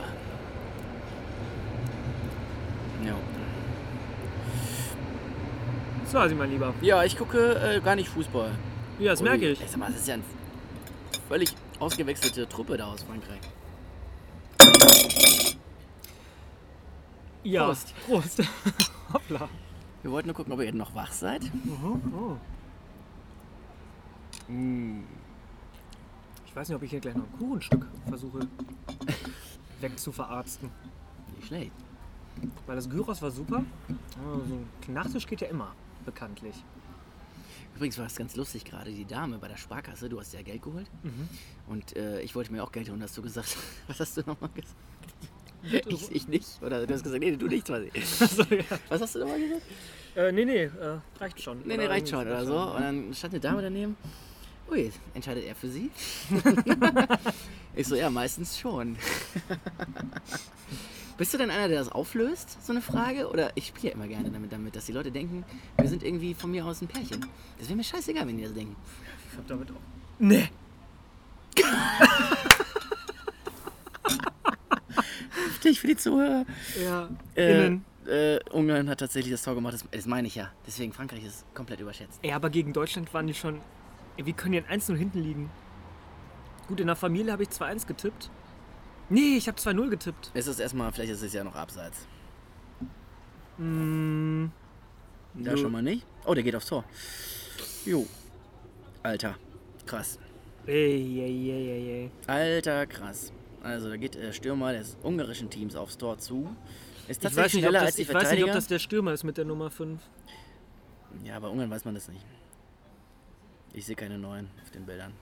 [SPEAKER 4] Ja.
[SPEAKER 2] Das war sie mal lieber.
[SPEAKER 4] Ja, ich gucke äh, gar nicht Fußball.
[SPEAKER 2] Ja, das merke
[SPEAKER 4] Ui,
[SPEAKER 2] ich.
[SPEAKER 4] Sag mal, das ist ja eine völlig ausgewechselte Truppe da aus Frankreich.
[SPEAKER 2] Ja.
[SPEAKER 4] Prost.
[SPEAKER 2] Prost. Hoppla.
[SPEAKER 4] Wir wollten nur gucken, ob ihr noch wach seid.
[SPEAKER 2] Ich weiß nicht, ob ich hier gleich noch ein Kuchenstück versuche wegzuverarzten.
[SPEAKER 4] Nicht schlecht.
[SPEAKER 2] Weil das Gyros war super. Aber So ein Nachtisch geht ja immer, bekanntlich.
[SPEAKER 4] Übrigens war es ganz lustig gerade, die Dame bei der Sparkasse, du hast ja Geld geholt.
[SPEAKER 2] Mhm.
[SPEAKER 4] Und äh, ich wollte mir auch Geld holen, hast du gesagt. Was hast du nochmal gesagt? Ich, ich nicht. Oder du hast gesagt, nee, du nicht. Quasi.
[SPEAKER 2] Also, ja.
[SPEAKER 4] Was hast du nochmal gesagt?
[SPEAKER 2] äh, nee, nee, äh, reicht schon.
[SPEAKER 4] Nee, nee,
[SPEAKER 2] Oder
[SPEAKER 4] reicht schon
[SPEAKER 2] irgendwie-
[SPEAKER 4] oder so. Und dann stand eine Dame daneben. Ui, entscheidet er für sie? ich so, ja, meistens schon. Bist du denn einer, der das auflöst, so eine Frage? Oder ich spiele ja immer gerne damit, damit, dass die Leute denken, wir sind irgendwie von mir aus ein Pärchen. Das wäre mir scheißegal, wenn die das denken.
[SPEAKER 2] Ich hab damit auch.
[SPEAKER 4] Nee. Heftig für die Zuhörer.
[SPEAKER 2] Ja.
[SPEAKER 4] Äh,
[SPEAKER 2] Innen.
[SPEAKER 4] äh, Ungarn hat tatsächlich das Tor gemacht, das, das meine ich ja. Deswegen Frankreich ist komplett überschätzt.
[SPEAKER 2] Ja, aber gegen Deutschland waren die schon. Ey, Wie können die in 1 hinten liegen? Gut, in der Familie habe ich 2-1 getippt. Nee, ich habe 2-0 getippt.
[SPEAKER 4] Es ist erstmal, vielleicht ist es ja noch abseits.
[SPEAKER 2] Mm,
[SPEAKER 4] Da
[SPEAKER 2] Jo.
[SPEAKER 4] schon mal nicht. Oh, der geht aufs Tor. Jo. Alter. Krass.
[SPEAKER 2] ey, ey, ey, ey, ey.
[SPEAKER 4] Alter, krass. Also da geht der Stürmer des ungarischen Teams aufs Tor zu. Ist
[SPEAKER 2] Ich weiß,
[SPEAKER 4] tatsächlich
[SPEAKER 2] nicht, ob
[SPEAKER 4] schneller
[SPEAKER 2] das,
[SPEAKER 4] als die
[SPEAKER 2] ich weiß nicht, ob
[SPEAKER 4] Verteidiger.
[SPEAKER 2] das der Stürmer ist mit der Nummer 5.
[SPEAKER 4] ja, bei Ungarn weiß man das nicht. Ich sehe keine neuen auf den Bildern.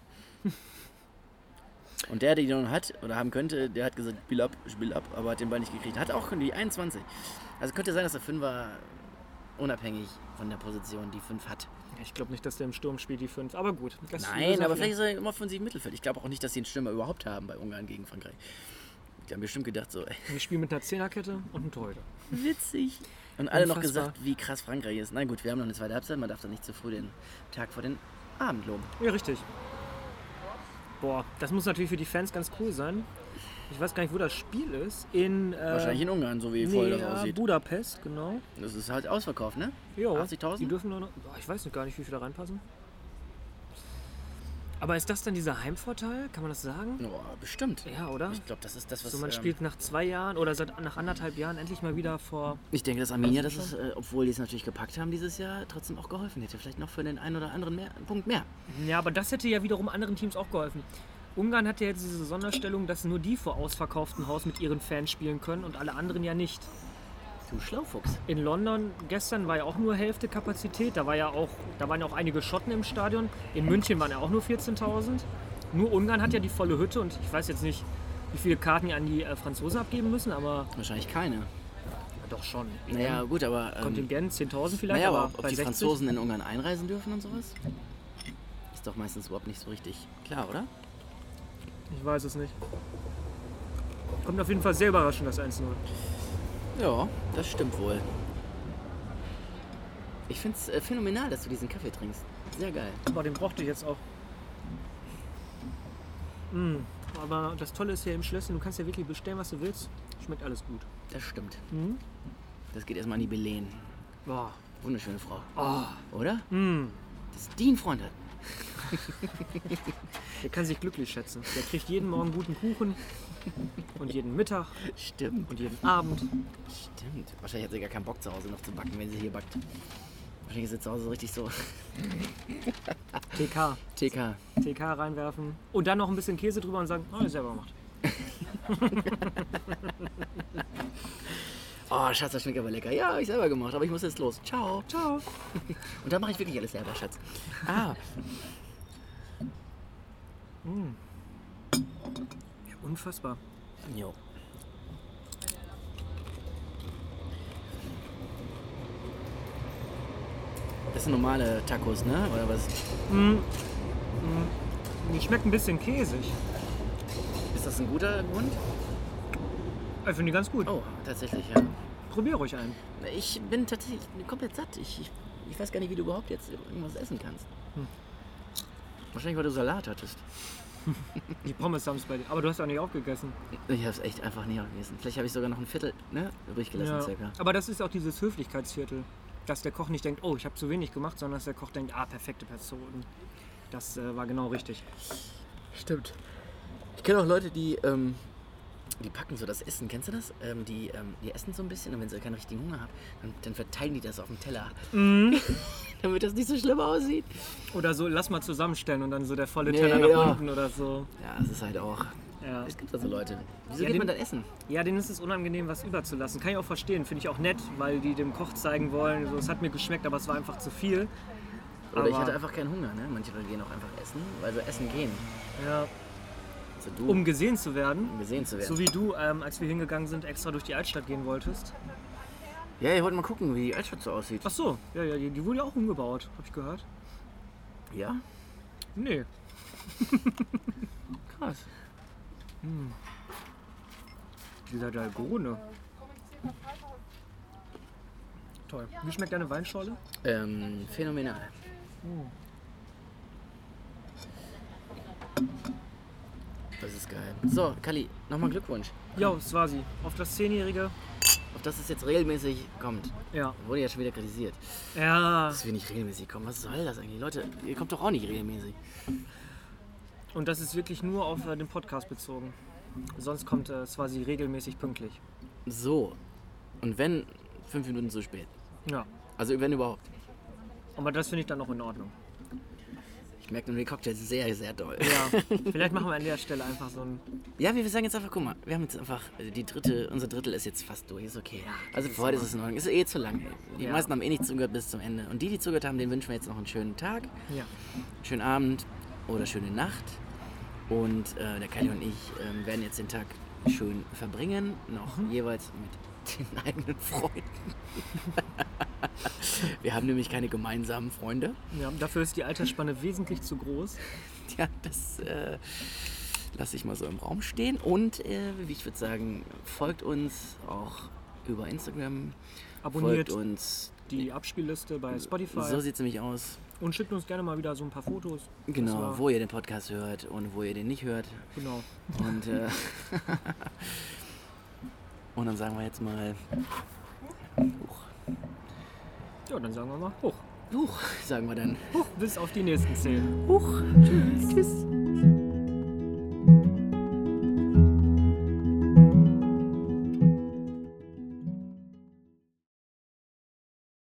[SPEAKER 4] Und der, der die noch hat oder haben könnte, der hat gesagt, spiel ab, spiel ab, aber hat den Ball nicht gekriegt. Hat auch die 21. Also könnte sein, dass der Fünfer unabhängig von der Position die 5 hat.
[SPEAKER 2] Ich glaube nicht, dass der im Sturm spielt, die 5. Aber gut. das-
[SPEAKER 4] Nein,
[SPEAKER 2] das-
[SPEAKER 4] aber vielleicht ist er im offensiven Mittelfeld. Ich glaube auch nicht, dass sie einen Stürmer überhaupt haben bei Ungarn gegen Frankreich. Die haben bestimmt gedacht, so, ey,
[SPEAKER 2] Wir spielen mit einer Zehnerkette und einem Torhüter.
[SPEAKER 4] witzig. Und alle noch
[SPEAKER 2] Unfassbar.
[SPEAKER 4] gesagt, wie krass Frankreich ist. Na gut, wir haben noch eine zweite Halbzeit, man darf da nicht zu früh den Tag vor den Abend loben.
[SPEAKER 2] Ja, richtig. Boah, das muss natürlich für die Fans ganz cool sein. Ich weiß gar nicht, wo das Spiel ist. In, äh,
[SPEAKER 4] Wahrscheinlich in Ungarn, so wie voll
[SPEAKER 2] nee,
[SPEAKER 4] das
[SPEAKER 2] ja,
[SPEAKER 4] aussieht.
[SPEAKER 2] Budapest, genau.
[SPEAKER 4] Das ist halt ausverkauft, ne?
[SPEAKER 2] Jo,
[SPEAKER 4] 80.000?
[SPEAKER 2] Die dürfen nur noch. Boah, Ich weiß gar nicht, wie viel da reinpassen. Aber ist das dann dieser Heimvorteil? Kann man das sagen?
[SPEAKER 4] Boah, bestimmt.
[SPEAKER 2] Ja, oder?
[SPEAKER 4] Ich glaube, das ist das, was...
[SPEAKER 2] so, man
[SPEAKER 4] ähm,
[SPEAKER 2] spielt nach zwei Jahren oder seit nach anderthalb Jahren endlich mal wieder vor.
[SPEAKER 4] Ich denke, dass Arminia, das ist, äh, obwohl die es natürlich gepackt haben dieses Jahr, trotzdem auch geholfen hätte. Vielleicht noch für den einen oder anderen mehr, einen Punkt mehr.
[SPEAKER 2] Ja, aber das hätte ja wiederum anderen Teams auch geholfen. Ungarn hat ja jetzt diese Sonderstellung, dass nur die vor ausverkauftem Haus mit ihren Fans spielen können und alle anderen ja nicht.
[SPEAKER 4] Du Schlaufuchs.
[SPEAKER 2] In London gestern war ja auch nur Hälfte Kapazität. Da, war ja auch, da waren ja auch einige Schotten im Stadion. In München waren ja auch nur 14.000. Nur Ungarn hat ja die volle Hütte und ich weiß jetzt nicht, wie viele Karten die an die äh, Franzosen abgeben müssen, aber
[SPEAKER 4] Wahrscheinlich keine.
[SPEAKER 2] doch schon.
[SPEAKER 4] Naja, gut, aber... ähm,
[SPEAKER 2] Kontingent 10.000 vielleicht,
[SPEAKER 4] Naja,
[SPEAKER 2] aber,
[SPEAKER 4] aber ob,
[SPEAKER 2] bei
[SPEAKER 4] die
[SPEAKER 2] 60.
[SPEAKER 4] Franzosen in Ungarn einreisen dürfen und sowas, ist doch meistens überhaupt nicht so richtig klar, oder?
[SPEAKER 2] Ich weiß es nicht. Kommt auf jeden Fall sehr überraschend, das 1-0.
[SPEAKER 4] Ja, das stimmt wohl. Ich finde es äh, phänomenal, dass du diesen Kaffee trinkst. Sehr geil.
[SPEAKER 2] Aber den brauchte ich jetzt auch. Mm, Aber das Tolle ist hier im Schlösschen, du kannst ja wirklich bestellen, was du willst. Schmeckt alles gut.
[SPEAKER 4] Das stimmt.
[SPEAKER 2] Mhm.
[SPEAKER 4] Das geht erstmal an die Belen.
[SPEAKER 2] Boah.
[SPEAKER 4] Wunderschöne Frau.
[SPEAKER 2] Oh.
[SPEAKER 4] Oder?
[SPEAKER 2] Mm.
[SPEAKER 4] Das ist Dean, Freunde.
[SPEAKER 2] Der kann sich glücklich schätzen. Der kriegt jeden Morgen guten Kuchen und jeden Mittag
[SPEAKER 4] Stimmt.
[SPEAKER 2] und jeden Abend.
[SPEAKER 4] Stimmt. Wahrscheinlich hat sie gar keinen Bock zu Hause noch zu backen, wenn sie hier backt. Wahrscheinlich ist sie zu Hause so richtig so
[SPEAKER 2] TK.
[SPEAKER 4] TK.
[SPEAKER 2] TK reinwerfen und dann noch ein bisschen Käse drüber und sagen, oh, ist selber gemacht.
[SPEAKER 4] Oh, Schatz, das schmeckt aber lecker. Ja, hab ich selber gemacht, aber ich muss jetzt los. Ciao.
[SPEAKER 2] Ciao.
[SPEAKER 4] Und da mache ich wirklich alles selber, Schatz. Ah,
[SPEAKER 2] Ja, unfassbar.
[SPEAKER 4] Jo. Das sind normale Tacos, ne? Oder was?
[SPEAKER 2] Die schmeckt ein bisschen käsig.
[SPEAKER 4] Ist das ein guter Grund?
[SPEAKER 2] Ich finde die ganz gut.
[SPEAKER 4] Oh, tatsächlich, ja.
[SPEAKER 2] Probier ruhig einen.
[SPEAKER 4] Ich bin tatsächlich komplett satt. Ich, ich, ich weiß gar nicht, wie du überhaupt jetzt irgendwas essen kannst.
[SPEAKER 2] Hm.
[SPEAKER 4] Wahrscheinlich, weil du Salat hattest.
[SPEAKER 2] Die Pommes haben es bei dir. Aber du hast auch nicht aufgegessen.
[SPEAKER 4] Ich hab's echt einfach nie gegessen. Vielleicht habe ich sogar noch ein Viertel, ne? Übrig gelassen,
[SPEAKER 2] Ja.
[SPEAKER 4] circa.
[SPEAKER 2] Aber das ist auch dieses Höflichkeitsviertel. Dass der Koch nicht denkt, oh, ich habe zu wenig gemacht, sondern dass der Koch denkt, ah, perfekte Personen. Das äh, war genau richtig.
[SPEAKER 4] Stimmt. Ich kenne auch Leute, die, ähm, die packen so das Essen, kennst du das? Ähm, die, ähm, die essen so ein bisschen und wenn sie keinen richtigen Hunger haben, dann, dann verteilen die das auf dem Teller.
[SPEAKER 2] Mhm.
[SPEAKER 4] Damit das nicht so schlimm aussieht.
[SPEAKER 2] Oder so, lass mal zusammenstellen und dann so der volle
[SPEAKER 4] Nee,
[SPEAKER 2] Teller nach
[SPEAKER 4] ja.
[SPEAKER 2] unten oder so.
[SPEAKER 4] Ja, es ist halt auch.
[SPEAKER 2] Ja.
[SPEAKER 4] Es gibt also Leute. Wieso
[SPEAKER 2] Ja,
[SPEAKER 4] geht
[SPEAKER 2] den-
[SPEAKER 4] man dann essen?
[SPEAKER 2] Ja, denen ist es unangenehm, was überzulassen. Kann ich auch verstehen. Finde ich auch nett, weil die dem Koch zeigen wollen, so, es hat mir geschmeckt, aber es war einfach zu viel.
[SPEAKER 4] Oder ich
[SPEAKER 2] Aber-
[SPEAKER 4] hatte einfach keinen Hunger, ne? Manche Leute gehen auch einfach essen, weil sie essen gehen.
[SPEAKER 2] Ja,
[SPEAKER 4] Also du,
[SPEAKER 2] um
[SPEAKER 4] um
[SPEAKER 2] gesehen zu werden.
[SPEAKER 4] gesehen zu werden.
[SPEAKER 2] So wie du, ähm, als wir hingegangen sind, extra durch die Altstadt gehen wolltest.
[SPEAKER 4] ja, ich wollte mal gucken, wie die Altstadt so aussieht.
[SPEAKER 2] Ach so, ja, ja, die, die wurde ja auch umgebaut, habe ich gehört.
[SPEAKER 4] Ja?
[SPEAKER 2] Nee.
[SPEAKER 4] Krass.
[SPEAKER 2] Dieser Dalgone. Toll. Wie schmeckt deine Weinschorle?
[SPEAKER 4] Ähm, phänomenal.
[SPEAKER 2] Uh.
[SPEAKER 4] Das ist geil. So, Kali, nochmal Glückwunsch.
[SPEAKER 2] Ja, es war sie. Auf das Zehnjährige
[SPEAKER 4] auf das es jetzt regelmäßig kommt.
[SPEAKER 2] Ja.
[SPEAKER 4] Wurde ja schon wieder kritisiert.
[SPEAKER 2] Ja.
[SPEAKER 4] Dass wir nicht regelmäßig kommen. Was soll das eigentlich? Leute, ihr kommt doch auch nicht regelmäßig.
[SPEAKER 2] Und das ist wirklich nur auf äh, den Podcast bezogen. Sonst kommt äh, Swazi regelmäßig pünktlich.
[SPEAKER 4] So. Und wenn, fünf Minuten zu spät.
[SPEAKER 2] Ja.
[SPEAKER 4] Also wenn überhaupt.
[SPEAKER 2] Aber das finde ich dann noch in Ordnung.
[SPEAKER 4] Ich merke nur den Cocktail sehr, sehr doll.
[SPEAKER 2] Ja. Vielleicht machen wir an der Stelle einfach so ein.
[SPEAKER 4] Ja, wir sagen jetzt einfach, guck mal, wir haben jetzt einfach, äh, die dritte, unser Drittel ist jetzt fast durch, ist okay. Also für heute ist es in Ordnung, ist eh zu lang. Die
[SPEAKER 2] Ja.
[SPEAKER 4] meisten haben eh nicht zugehört bis zum Ende. Und die, die zugehört haben, denen wünschen wir jetzt noch einen schönen Tag,
[SPEAKER 2] Ja.
[SPEAKER 4] schönen Abend oder schöne Nacht. Und äh, der Kali und ich ähm, werden jetzt den Tag schön verbringen, noch jeweils mit den eigenen Freunden. wir haben nämlich keine gemeinsamen Freunde.
[SPEAKER 2] ja. Dafür ist die Altersspanne wesentlich zu groß.
[SPEAKER 4] Ja, das äh, lasse ich mal so im Raum stehen. Und äh, wie ich würde sagen, folgt uns auch über Instagram.
[SPEAKER 2] Abonniert
[SPEAKER 4] Folgt uns.
[SPEAKER 2] die Abspielliste bei Spotify
[SPEAKER 4] So sieht es nämlich aus.
[SPEAKER 2] und schickt uns gerne mal wieder so ein paar Fotos. Das
[SPEAKER 4] Genau,
[SPEAKER 2] war-
[SPEAKER 4] wo ihr den Podcast hört und wo ihr den nicht hört.
[SPEAKER 2] Genau.
[SPEAKER 4] Und, äh, und dann sagen wir jetzt mal. Huch,
[SPEAKER 2] Ja, dann sagen wir mal hoch.
[SPEAKER 4] huch, sagen wir dann.
[SPEAKER 2] Hoch, bis auf die nächsten Szenen.
[SPEAKER 4] Huch. Tschüss.